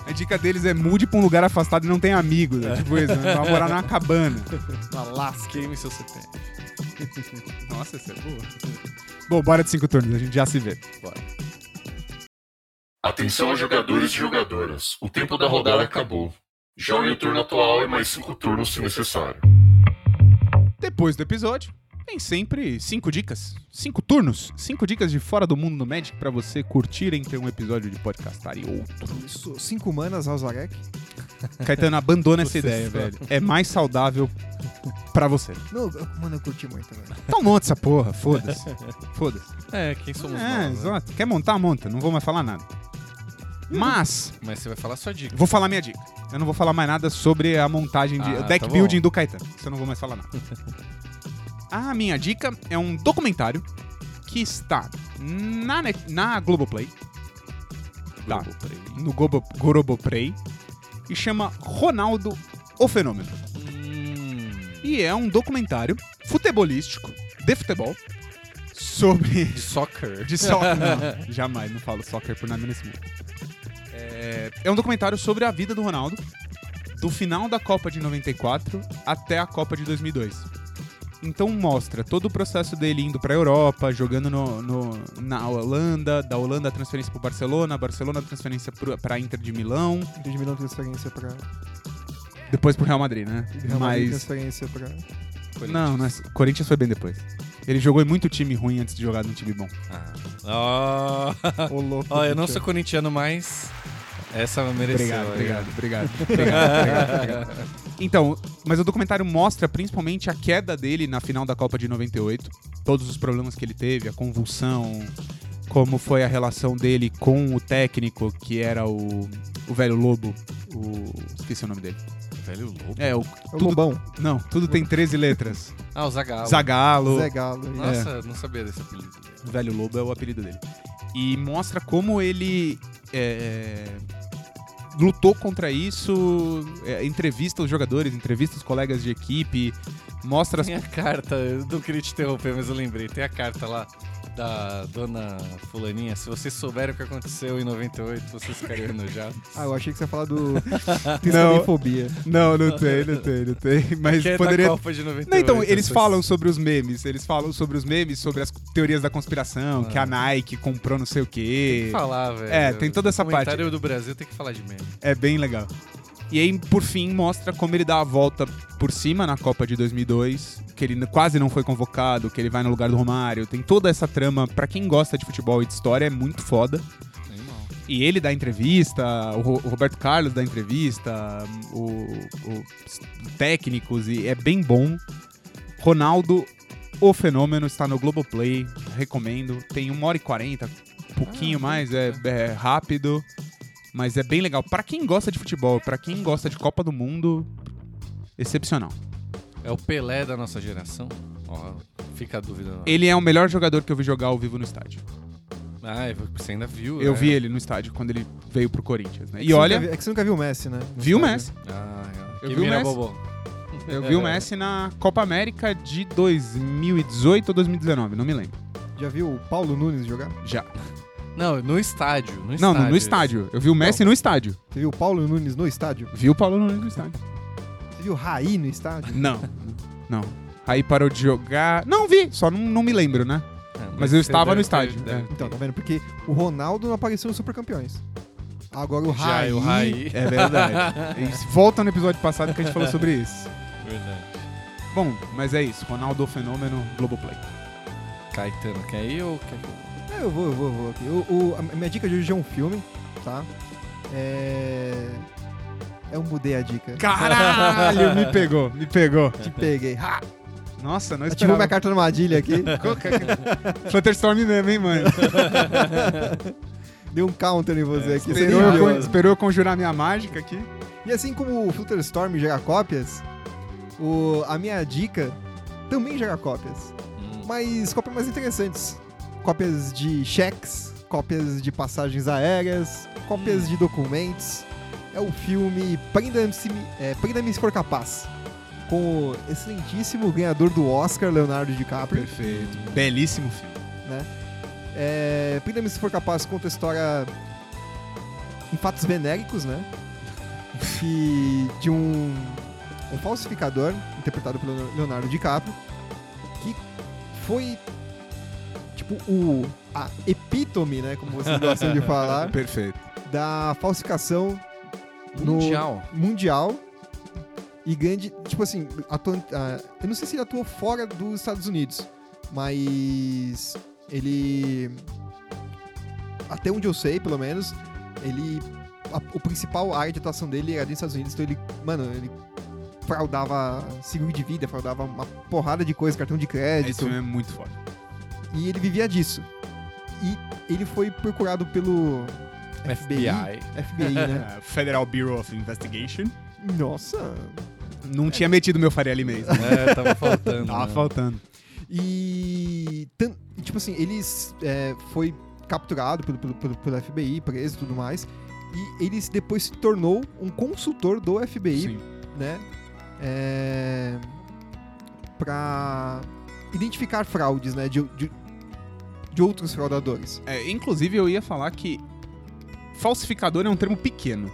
A dica deles é mude pra um lugar afastado e não tem amigos. Né? Tipo isso, né? vai morar numa cabana. Alas, game seu CPF. Nossa, essa é boa. Bom, bora de cinco turnos, a gente já se vê. Atenção jogadores e jogadoras, o tempo da rodada acabou. Jogue o turno atual e mais cinco turnos se necessário. Depois do episódio, tem sempre cinco dicas, cinco turnos, cinco dicas de fora do mundo no Magic pra você curtir entre um episódio de podcastar e outro. Isso, cinco manas, House Arec. Caetano, abandona essa Você ideia, só. velho. É mais saudável pra você. Não, eu- mano, eu curti muito, velho. Então monta essa porra, foda-se. Foda-se. É, quem somos é, nós, né? exato. Quer montar, monta. Não vou mais falar nada. Mas, Mas você vai falar sua dica. vou falar minha dica. Eu não vou falar mais nada sobre a montagem de. Ah, o deck tá bom. building do Caetano. Isso eu não vou mais falar nada. a minha dica é um documentário que está na, net, na Globoplay, Tá. Globoplay. no Gobo, Goroboplay, e chama Ronaldo o Fenômeno. Hum, E é um documentário futebolístico, de futebol, sobre. de soccer. De soccer. Não, jamais, não falo soccer por nada nesse mundo. É, é um documentário sobre a vida do Ronaldo, do final da Copa de 94 até a Copa de 2002. Então mostra todo o processo dele indo pra Europa, jogando no, no- na Holanda, da Holanda a transferência pro Barcelona, Barcelona a transferência pro, pra Inter de Milão, Então, de milhão de transferência pra. depois pro Real Madrid, né? Real Madrid, Mas transferência pra. Não, não, é- Corinthians foi bem depois. Ele jogou em muito time ruim antes de jogar num time bom. Ó, Ah, Ô, louco. ó, eu não bicho. sou corintiano, mas essa mereceu. Obrigado, olha. obrigado, obrigado, obrigado, obrigado, obrigado. Então, mas o documentário mostra principalmente a queda dele na final da Copa de 98, todos os problemas que ele teve, a convulsão, como foi a relação dele com o técnico, que era o, o velho Lobo, o esqueci o nome dele. Velho louco. É, o É o tudo- Lobão. não, tudo tem 13 letras. Ah, o Zagallo. Zagalo, Zé Galo. e- Nossa, não sabia desse apelido. O Velho Lobo é o apelido dele. E mostra como ele é, lutou contra isso, é, entrevista os jogadores, entrevista os colegas de equipe, mostra as... Tem a carta, eu não queria te interromper, mas eu lembrei. Tem a carta lá da dona Fulaninha. Se vocês souberem o que aconteceu em 98, vocês ficariam enojados. Ah, eu achei que você ia falar do. Não. Tristanofobia. Não, não tem, não tem, não tem. Mas Que é da poderia. Copa de 98. Não, então, eles essas- falam sobre os memes, eles falam sobre os memes, sobre as teorias da conspiração, que a Nike comprou não sei o Ah. Tem quê. que falar, velho. É, tem toda essa parte. Comentário do Brasil tem que falar de meme. É bem legal. E aí, por fim, mostra como ele dá a volta por cima na Copa de 2002, que ele n- quase não foi convocado, que ele vai no lugar do Romário. Tem toda essa trama, pra quem gosta de futebol e de história, é muito foda. E ele dá entrevista, o Ro- o Roberto Carlos dá entrevista, o, o- os técnicos, e é bem bom. Ronaldo, o fenômeno, está no Globoplay, recomendo. Tem 1 hora e 40, pouquinho Ah, mais, é, é rápido, mas é bem legal. Pra quem gosta de futebol, pra quem gosta de Copa do Mundo, excepcional. É o Pelé da nossa geração? Ó, fica a dúvida. Não. Ele é o melhor jogador que eu vi jogar ao vivo no estádio. Ah, você ainda viu, Eu né? vi ele no estádio quando ele veio pro Corinthians, né? É que E você olha, nunca vi- É que você nunca viu o Messi, né? No viu o estádio. Messi. Ah, é. Eu Que vi o mira Messi. bobão. Eu vi o Messi na Copa América de 2018 ou 2019, não me lembro. Já viu o Paulo Nunes jogar? Já. Não, no estádio. No não, estádio. no- no estádio. Eu vi o Messi no estádio. Você viu o Paulo Nunes no estádio? Vi o Paulo Nunes no estádio. Você viu o Raí no estádio? Não. não. Aí parou de jogar. Não vi, só não, não me lembro, né? É, Mas eu você estava no deve ter- estádio, deve é. ter. Então, tá vendo? Porque o Ronaldo não apareceu nos Super Campeões. Agora o Já, Raí... o Raí. É verdade. Eles voltam no episódio passado que a gente falou sobre isso. Verdade. Bom, mas é isso. Ronaldo Fenômeno, Globoplay. Caetano, quer ir ou quer ir? É, eu vou, eu vou, eu vou aqui. O- o- a minha dica de hoje é um filme, tá? É... Eu mudei a dica. Caralho, me pegou, me pegou. Te peguei. Ha! Nossa, não Ativou esperava. minha carta armadilha aqui. Flutterstorm mesmo, hein, mano? Deu um counter em você aqui. Você Esperou nem eu, viu, con- né? esperou eu conjurar minha mágica aqui. E assim como o Flutterstorm gera cópias, o- a minha dica também gera cópias. Hum. Mas cópias mais interessantes. Cópias de cheques, cópias de passagens aéreas, cópias de documentos. É o filme Prenda-me é, Prenda-me Se For Capaz, com o excelentíssimo ganhador do Oscar, Leonardo DiCaprio. Ah, Perfeito. Belíssimo filme. É, Prenda-me se for capaz conta a história em fatos venéricos, né? Que de um, um falsificador, interpretado pelo Leonardo DiCaprio, que foi tipo o a epítome, né, como vocês gostam de falar, Perfeito. da falsificação no- Mundial. mundial e grande, tipo assim, atuando, ah, eu não sei se ele atuou fora dos Estados Unidos, mas ele até onde eu sei, pelo menos, ele a- o principal área de atuação dele era dos Estados Unidos, então ele, mano, ele fraudava seguro de vida, fraudava uma porrada de coisa, cartão de Esse crédito, filme é muito foda. e ele vivia disso. E ele foi procurado pelo FBI, FBI. FBI, né? Ah, Federal Bureau of Investigation. Nossa, Não tinha metido meu Faria Lima. mesmo. É, tava faltando. Tava né? faltando. E, tan- e, tipo assim, ele é, foi capturado pelo, pelo, pelo, pelo FBI, preso e tudo mais. E ele se- depois se tornou um consultor do FBI, Sim. né? É, pra identificar fraudes, né? De, de, de outros fraudadores. É, inclusive, eu ia falar que falsificador é um termo pequeno.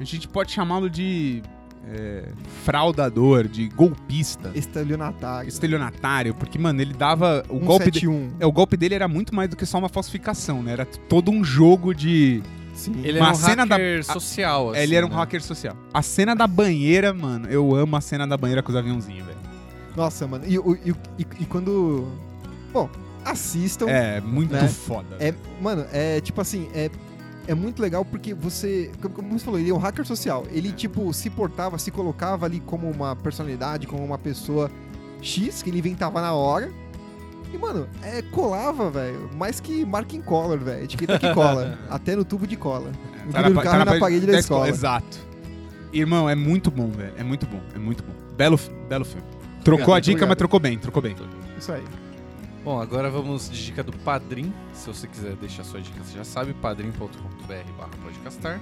A gente pode chamá-lo de é, fraudador, de golpista, Estelionatário. estelionatário, porque, mano, ele dava. O golpe, de- 171. é, o golpe dele era muito mais do que só uma falsificação, né? Era t- todo um jogo de. Sim. Ele Uma era um cena da- hacker social, assim, ele era um né? hacker social. A cena da banheira, mano, eu amo a cena da banheira com os aviãozinhos, velho. Nossa, mano. E, o- e, o- e- e quando... Bom, assistam. É, muito Né? foda. É, mano, é tipo assim, é, é muito legal porque você, como- como você falou, ele é um hacker social. Ele, tipo, se portava, se colocava ali como uma personalidade, como uma pessoa X que ele inventava na hora. E, mano, é, colava, velho. Mais que marking collar, velho. Etiqueta que cola. até no tubo de cola. O Tá Guido pa- Carro na pa- parede da escola. Exato. Irmão, é muito bom, velho. É muito bom, é muito bom. Belo, fi- belo filme. Trocou a Obrigado, dica, mas obrigado. trocou bem, trocou bem. Isso aí. Bom, agora vamos de dica do Padrim. Se você quiser deixar sua dica, você já sabe, padrim.com.br barra podcastar.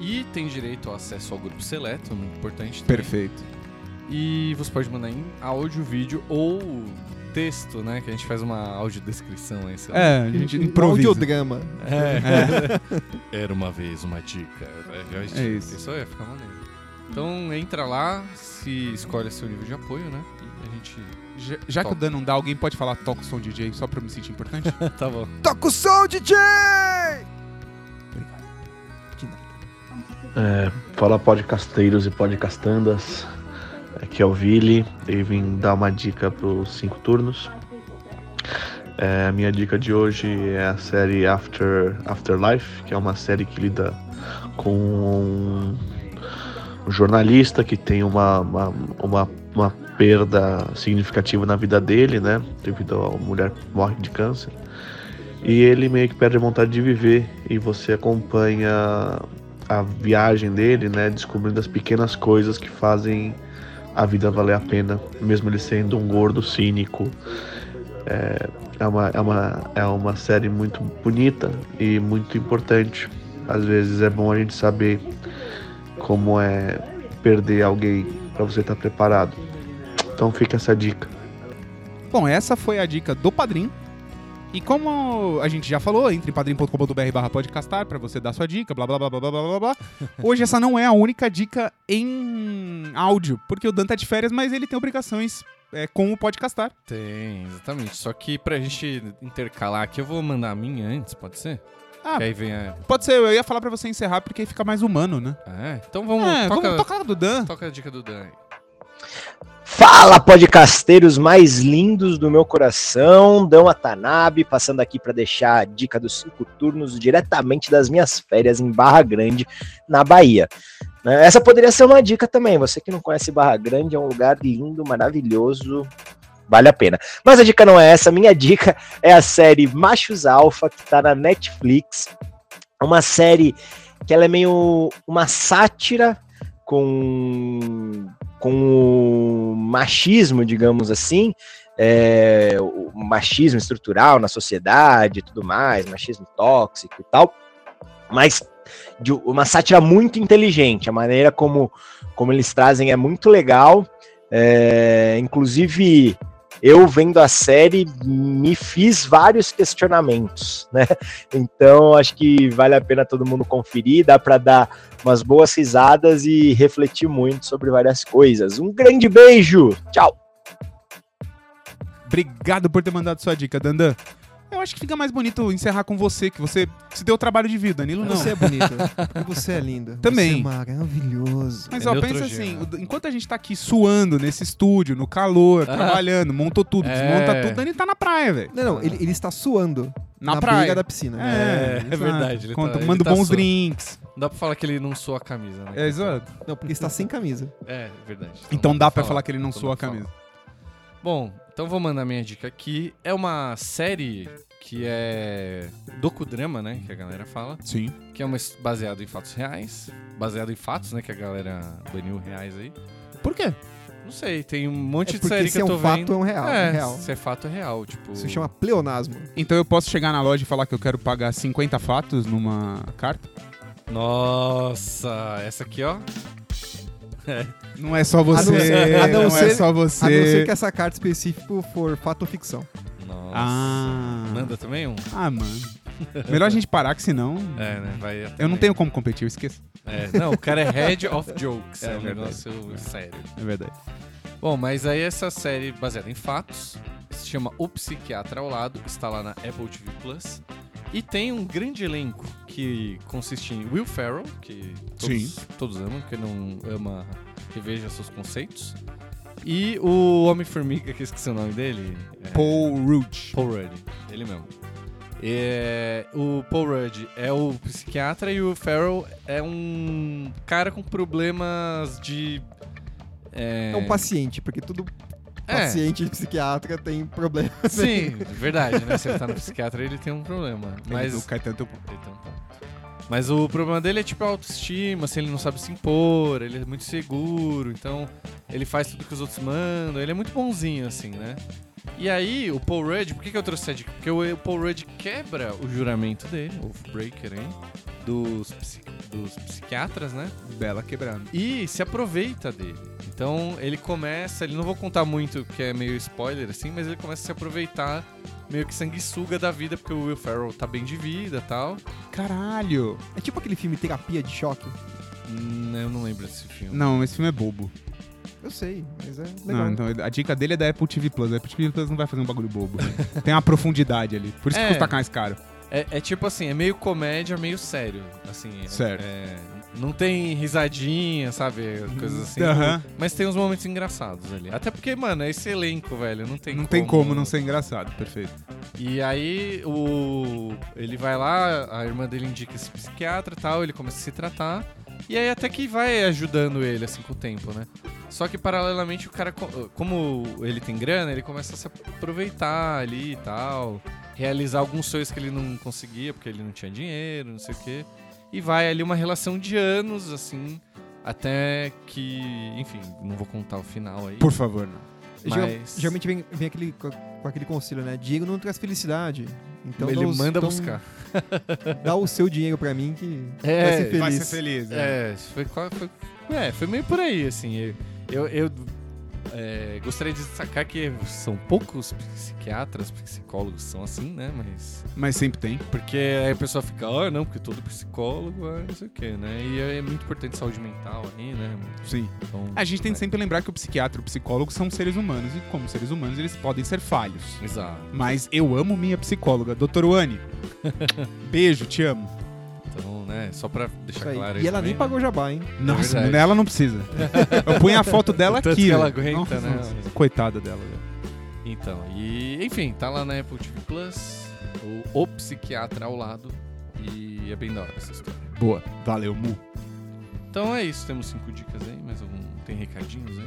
E tem direito ao acesso ao grupo seleto, muito importante também. Perfeito. E você pode mandar em áudio, vídeo ou texto, né? Que a gente faz uma audiodescrição aí, sei lá. né? É, a gente improvisa. Audiodrama. Era uma vez uma dica. É, É isso. Isso aí, fica maneiro. Então entra lá, se escolhe seu nível de apoio, né? E a gente. Já, já que o dano não dá, alguém pode falar toca o som DJ só pra eu me sentir importante? tá bom. Toca o som, DJ! É, fala podcasteiros e podcastandas. Aqui é o Vili. Eu vim dar uma dica para os cinco turnos. É, a minha dica de hoje é a série After Afterlife, que é uma série que lida com um jornalista que tem uma, uma, uma, uma perda significativa na vida dele, né? Devido a uma mulher que morre de câncer. E ele meio que perde a vontade de viver. E você acompanha a viagem dele, né, descobrindo as pequenas coisas que fazem a vida valer a pena, mesmo ele sendo um gordo cínico. É, é, uma, é, uma, é uma série muito bonita e muito importante. Às vezes é bom a gente saber como é perder alguém para você estar preparado. Então fica essa dica. Bom, essa foi a dica do Padrim. E como a gente já falou, entre em padrim.com.br barra podcastar pra você dar sua dica, blá blá blá blá blá blá blá blá. Hoje essa não é a única dica em áudio, porque o Dan tá de férias, mas ele tem obrigações é, com o podcastar. Tem, exatamente. Só que pra gente intercalar aqui, eu vou mandar a minha antes, pode ser? Ah. Que aí vem a. Pode ser, eu ia falar pra você encerrar porque aí fica mais humano, né? Ah, é? Então vamos. é, toca, vamos tocar do Dan. toca a dica do Dan aí. Fala, podcasteiros mais lindos do meu coração, Dão Atanabe, passando aqui para deixar a dica dos cinco turnos diretamente das minhas férias em Barra Grande, na Bahia. Né, Essa poderia ser uma dica também, você que não conhece Barra Grande, é um lugar lindo, maravilhoso, vale a pena. Mas a dica não é essa, minha dica é a série Machos Alfa, que tá na Netflix, é uma série que ela é meio uma sátira com com o machismo, digamos assim, é, o machismo estrutural na sociedade e tudo mais, machismo tóxico e tal, mas de uma sátira muito inteligente, a maneira como, como eles trazem é muito legal, é, inclusive eu vendo a série me fiz vários questionamentos, né? Então acho que vale a pena todo mundo conferir, dá para dar umas boas risadas e refletir muito sobre várias coisas. Um grande beijo! Tchau! Obrigado por ter mandado sua dica, Dandan. Eu acho que fica mais bonito encerrar com você, que você se deu o trabalho de vir, Danilo não. Você é bonito. porque Você é lindo. Também. Você é maravilhoso. Mas É ó, pensa neutrogêneo. assim, o- enquanto a gente tá aqui suando nesse estúdio, no calor, Ah. trabalhando, montou tudo, É. desmonta tudo, o Danilo tá na praia, velho. Não, não, ele, ele está suando Na, na praia. beira da piscina. É, exato. é verdade, ele Conta- tá- ele manda tá bons suando. drinks. Dá pra falar que ele não sua a camisa, né? É, exato. Não, porque está sem camisa. É, verdade. Então dá pra falar que ele não Então sua a dá pra camisa. Bom, então vou mandar minha dica aqui. É uma série que é docudrama, né? Que a galera fala. Sim. Que é uma his- baseado em fatos reais. Baseado em fatos, né? Que a galera baniu reais aí. Por quê? Não sei, tem um monte é de série porque que se é eu tô um fato, vendo. é um real. É, é, um real. se é fato, é real. Tipo, Isso chama pleonasmo. Então eu posso chegar na loja e falar que eu quero pagar 50 fatos numa carta? Nossa, essa aqui, ó. Não é só você, não ser- a não não, é ser- só você. A não ser que essa carta específica for fato ou ficção. Nossa. Ah. Manda também um? Ah, mano. Melhor a gente parar, que senão. É, né? Vai Eu não tenho como competir, eu esqueço. É, não, o cara é head of jokes. É É, um verdade. negócio É. sério. É verdade. Bom, mas aí essa série baseada em fatos se chama O Psiquiatra ao Lado, está lá na Apple TV Plus. E tem um grande elenco que consiste em Will Ferrell, que todos, todos amam, quem não ama reveja seus conceitos. E o Homem-Formiga, que eu esqueci o nome dele. é- Paul Rudd. Paul Rudd, ele mesmo. É, o Paul Rudd é o psiquiatra e o Farrell é um cara com problemas de. É, um paciente, porque todo É, paciente psiquiatra tem problema. sim, verdade, né? Se ele tá no psiquiatra, ele tem um problema. Mas O Caetano tem um- Então tá. Mas o problema dele é tipo a autoestima, assim, ele não sabe se impor, ele é muito seguro, então ele faz tudo que os outros mandam, ele é muito bonzinho, assim, né? E aí, o Paul Rudd, por que, que eu trouxe a dica? Porque o, o Paul Rudd quebra o juramento dele, o Breaker, hein? Dos, psi- dos psiquiatras, né? Bela quebrando. E se aproveita dele. Então ele começa, ele não vou contar muito, porque é meio spoiler assim, mas ele começa a se aproveitar meio que sanguessuga da vida, porque o Will Ferrell tá bem de vida tal. Caralho. É tipo aquele filme Terapia de Choque. Hum, eu não lembro desse filme. Não, esse filme é bobo. Eu sei, mas é legal. Não, então a dica dele é da Apple TV Plus. A Apple TV Plus não vai fazer um bagulho bobo. tem uma profundidade ali. Por isso que É. custa mais caro. É, é tipo assim, é meio comédia, meio sério. Assim, é- Certo. é- não tem risadinha, sabe? Coisas assim. Aham. Mas tem uns momentos engraçados ali. Até porque, mano, é esse elenco, velho. Não tem não tem como não ser engraçado, perfeito. E aí o ele vai lá, a irmã dele indica esse psiquiatra e tal, ele começa a se tratar. E aí até que vai ajudando ele assim com o tempo, né? Só que paralelamente o cara co- como ele tem grana, ele começa a se aproveitar ali e tal, realizar alguns sonhos que ele não conseguia porque ele não tinha dinheiro, não sei o quê. E vai ali uma relação de anos assim, até que, enfim, não vou contar o final aí. Por favor, não. Geral- mas- Geralmente vem, vem aquele, co- com aquele conselho, né? Diego não traz felicidade. Então ele dá os- manda então buscar. Dá o seu dinheiro pra mim que É, vai ser feliz. É. Vai ser feliz. né? É, foi, qua- foi, é, foi meio por aí, assim. Eu, eu, eu É, gostaria de destacar que são poucos psiquiatras, psicólogos são assim, né? Mas. Mas sempre tem. Porque aí a pessoa fica, ah, não, porque todo psicólogo é não sei o quê, né? E é muito importante saúde mental aí, né? Sim. Então, A gente tem é, que sempre lembrar que o psiquiatra e o psicólogo são seres humanos. E como seres humanos, eles podem ser falhos. Exato. Mas eu amo minha psicóloga, doutor Wani. Beijo, te amo. Então, né? Só pra Isso deixar aí. claro E ela também, nem né? pagou jabá, hein? Nossa, verdade. É ela não precisa. Eu ponho a foto dela né? Tanto aqui. que ela ó. aguenta, Nossa, né? nossa, Coitada dela. velho. Então, e enfim, tá lá na Apple TV Plus, o, o psiquiatra ao lado, e é bem da hora essa história. Boa. Valeu, Mu. Então é isso, temos cinco dicas aí, mais algum. Tem recadinhos aí?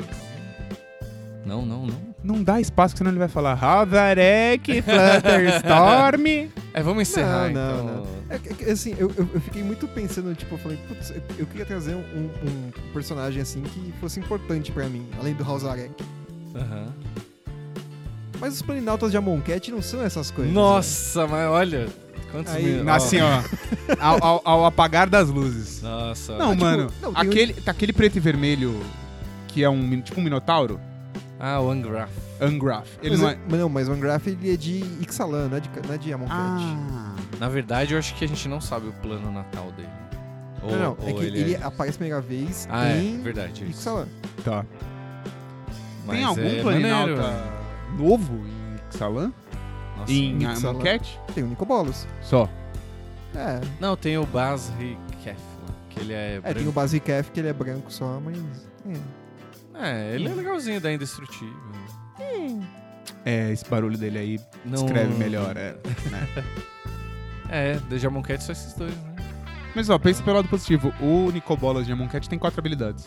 Não, não, não. Não dá espaço, que senão ele vai falar Havarek, Flutterstorm. É, vamos encerrar Não, não, então. É que- é assim, eu, eu- eu fiquei muito pensando, tipo, eu falei, putz, eu, eu queria trazer um, um personagem assim que fosse importante pra mim, além do Halzarek. Aham. Mas os planinautas de Amonkhet não são essas coisas. né? Nossa, mas olha, quantos Aí, mil- Ah, Assim, ó. Ao, ao- ao apagar das luzes. Nossa. Não, tipo, mano. não, tem aquele, tá aquele preto e vermelho que é um min- tipo um minotauro, Ah, o Angraf. Ungraph. Ele mas não é- é. mas não, mas o Angraf ele é de Ixalan, não é de, não é de Amonkhet. Ah. Na verdade, eu acho que a gente não sabe o plano natal dele. Ou, Oh, não, não, é ou que ele, é... aparece a primeira vez Ah, é, em verdade. isso. Ixalan. Tá. Mas Tem algum é planinauta maneiro, né? novo em Xalan? Nossa. Em Ixalan. Amonkhet? Tem o Nicobolos. Só. É, Não, tem o Basri Kef, lá, que ele é, é tem o branco. Basicaf que ele é branco só, mas. É. É, ele é legalzinho, da indestrutível. É, esse barulho dele aí Não... descreve melhor. É. É, da Jamon Cat só esses dois, né? Mas ó, pense pelo lado positivo. O Nicobolas de Amonkhet tem quatro habilidades.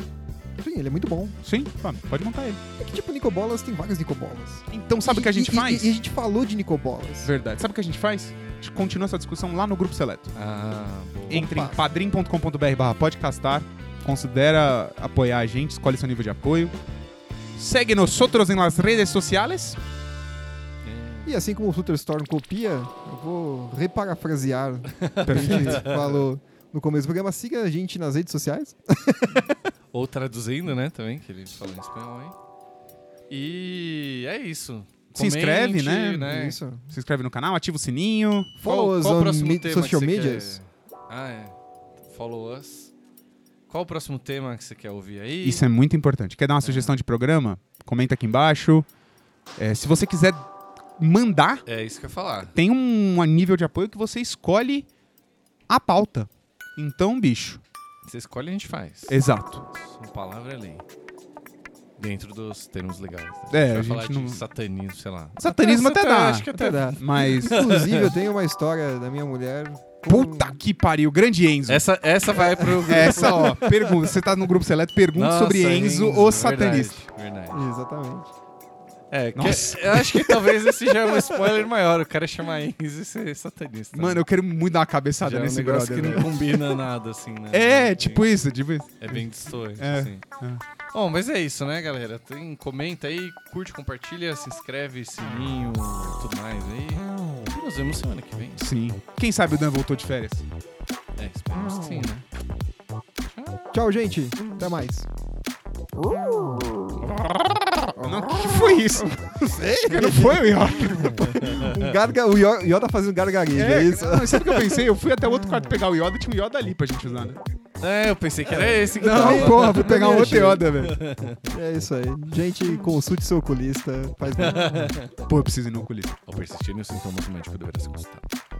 Sim, ele é muito bom. Sim, pá, pode montar ele. É que, tipo, Nicobolas tem várias Nicobolas. Então sabe o que a E- gente e- faz? E, e a gente falou de Nicobolas. Verdade. Sabe o que a gente faz? A gente continua essa discussão lá no grupo seleto. Ah, boa. Entre em Opa. padrim.com.br barra podcastar, considera apoiar a gente, escolhe seu nível de apoio. Segue nos outros em las redes sociales. É. E assim como o Flutterstorm copia, eu vou reparafrasear o que a gente falou no começo do programa. Siga a gente nas redes sociais. Ou traduzindo, né, também, que ele fala em espanhol aí. E é isso. Se inscreve, né? É. Isso. Se inscreve no canal, ativa o sininho. Follow us on tema mi- que social você quer- medias. Ah, é. Follow us. Qual o próximo tema que você quer ouvir aí? Isso é muito importante. Quer dar uma sugestão de programa? Comenta aqui embaixo. É, se você quiser mandar é... isso que eu ia falar. tem um nível de apoio que você escolhe a pauta. Então, bicho. Você escolhe e a gente faz. Exato. Uma palavra é lei. Dentro dos termos legais. né? É, vai a gente falar não- de satanismo, sei lá. É, Satanismo até, dá. Acho que até, dá. Mas. Inclusive, eu tenho uma história da minha mulher. com- Puta que pariu, grande Enzo. Essa, é essa vai pro. Essa, ó, pergunta. Você tá no grupo seleto, pergunta Nossa, é sobre Enzo, ou satanista. Verdade. verdade. Exatamente. É, que- Nossa. eu acho que talvez esse já é um spoiler maior. O cara chamar Enzo e ser satanista. Mano, eu quero muito dar uma Já cabeçada é um nesse negócio brother. que velho. não combina nada, assim, né? É, tipo isso, tipo isso. É bem distante, É, assim. Bom, mas é isso, né, galera? Tem, comenta aí, curte, compartilha, se inscreve, sininho, tudo mais aí. E nos vemos semana que vem. Sim. Quem sabe o Dan voltou de férias? É, esperamos que sim, né? Tchau, gente. Até mais. Oh. Não, o que foi isso? Não sei. Não foi o York. Um garga... O Yo- Yoda fazendo gargarejo, é, isso? não, sabe o que eu pensei? Eu fui até o outro quarto pegar o Yoda e tinha o Yoda ali pra gente usar, né? É, eu pensei que era esse que Não, tava. porra, Vou pegar um outro Yoda, velho. É isso aí. Gente, consulte seu oculista. Faz Pô, eu preciso ir no oculista. Ao persistirem os sintomas, o médico deverá ser consultado.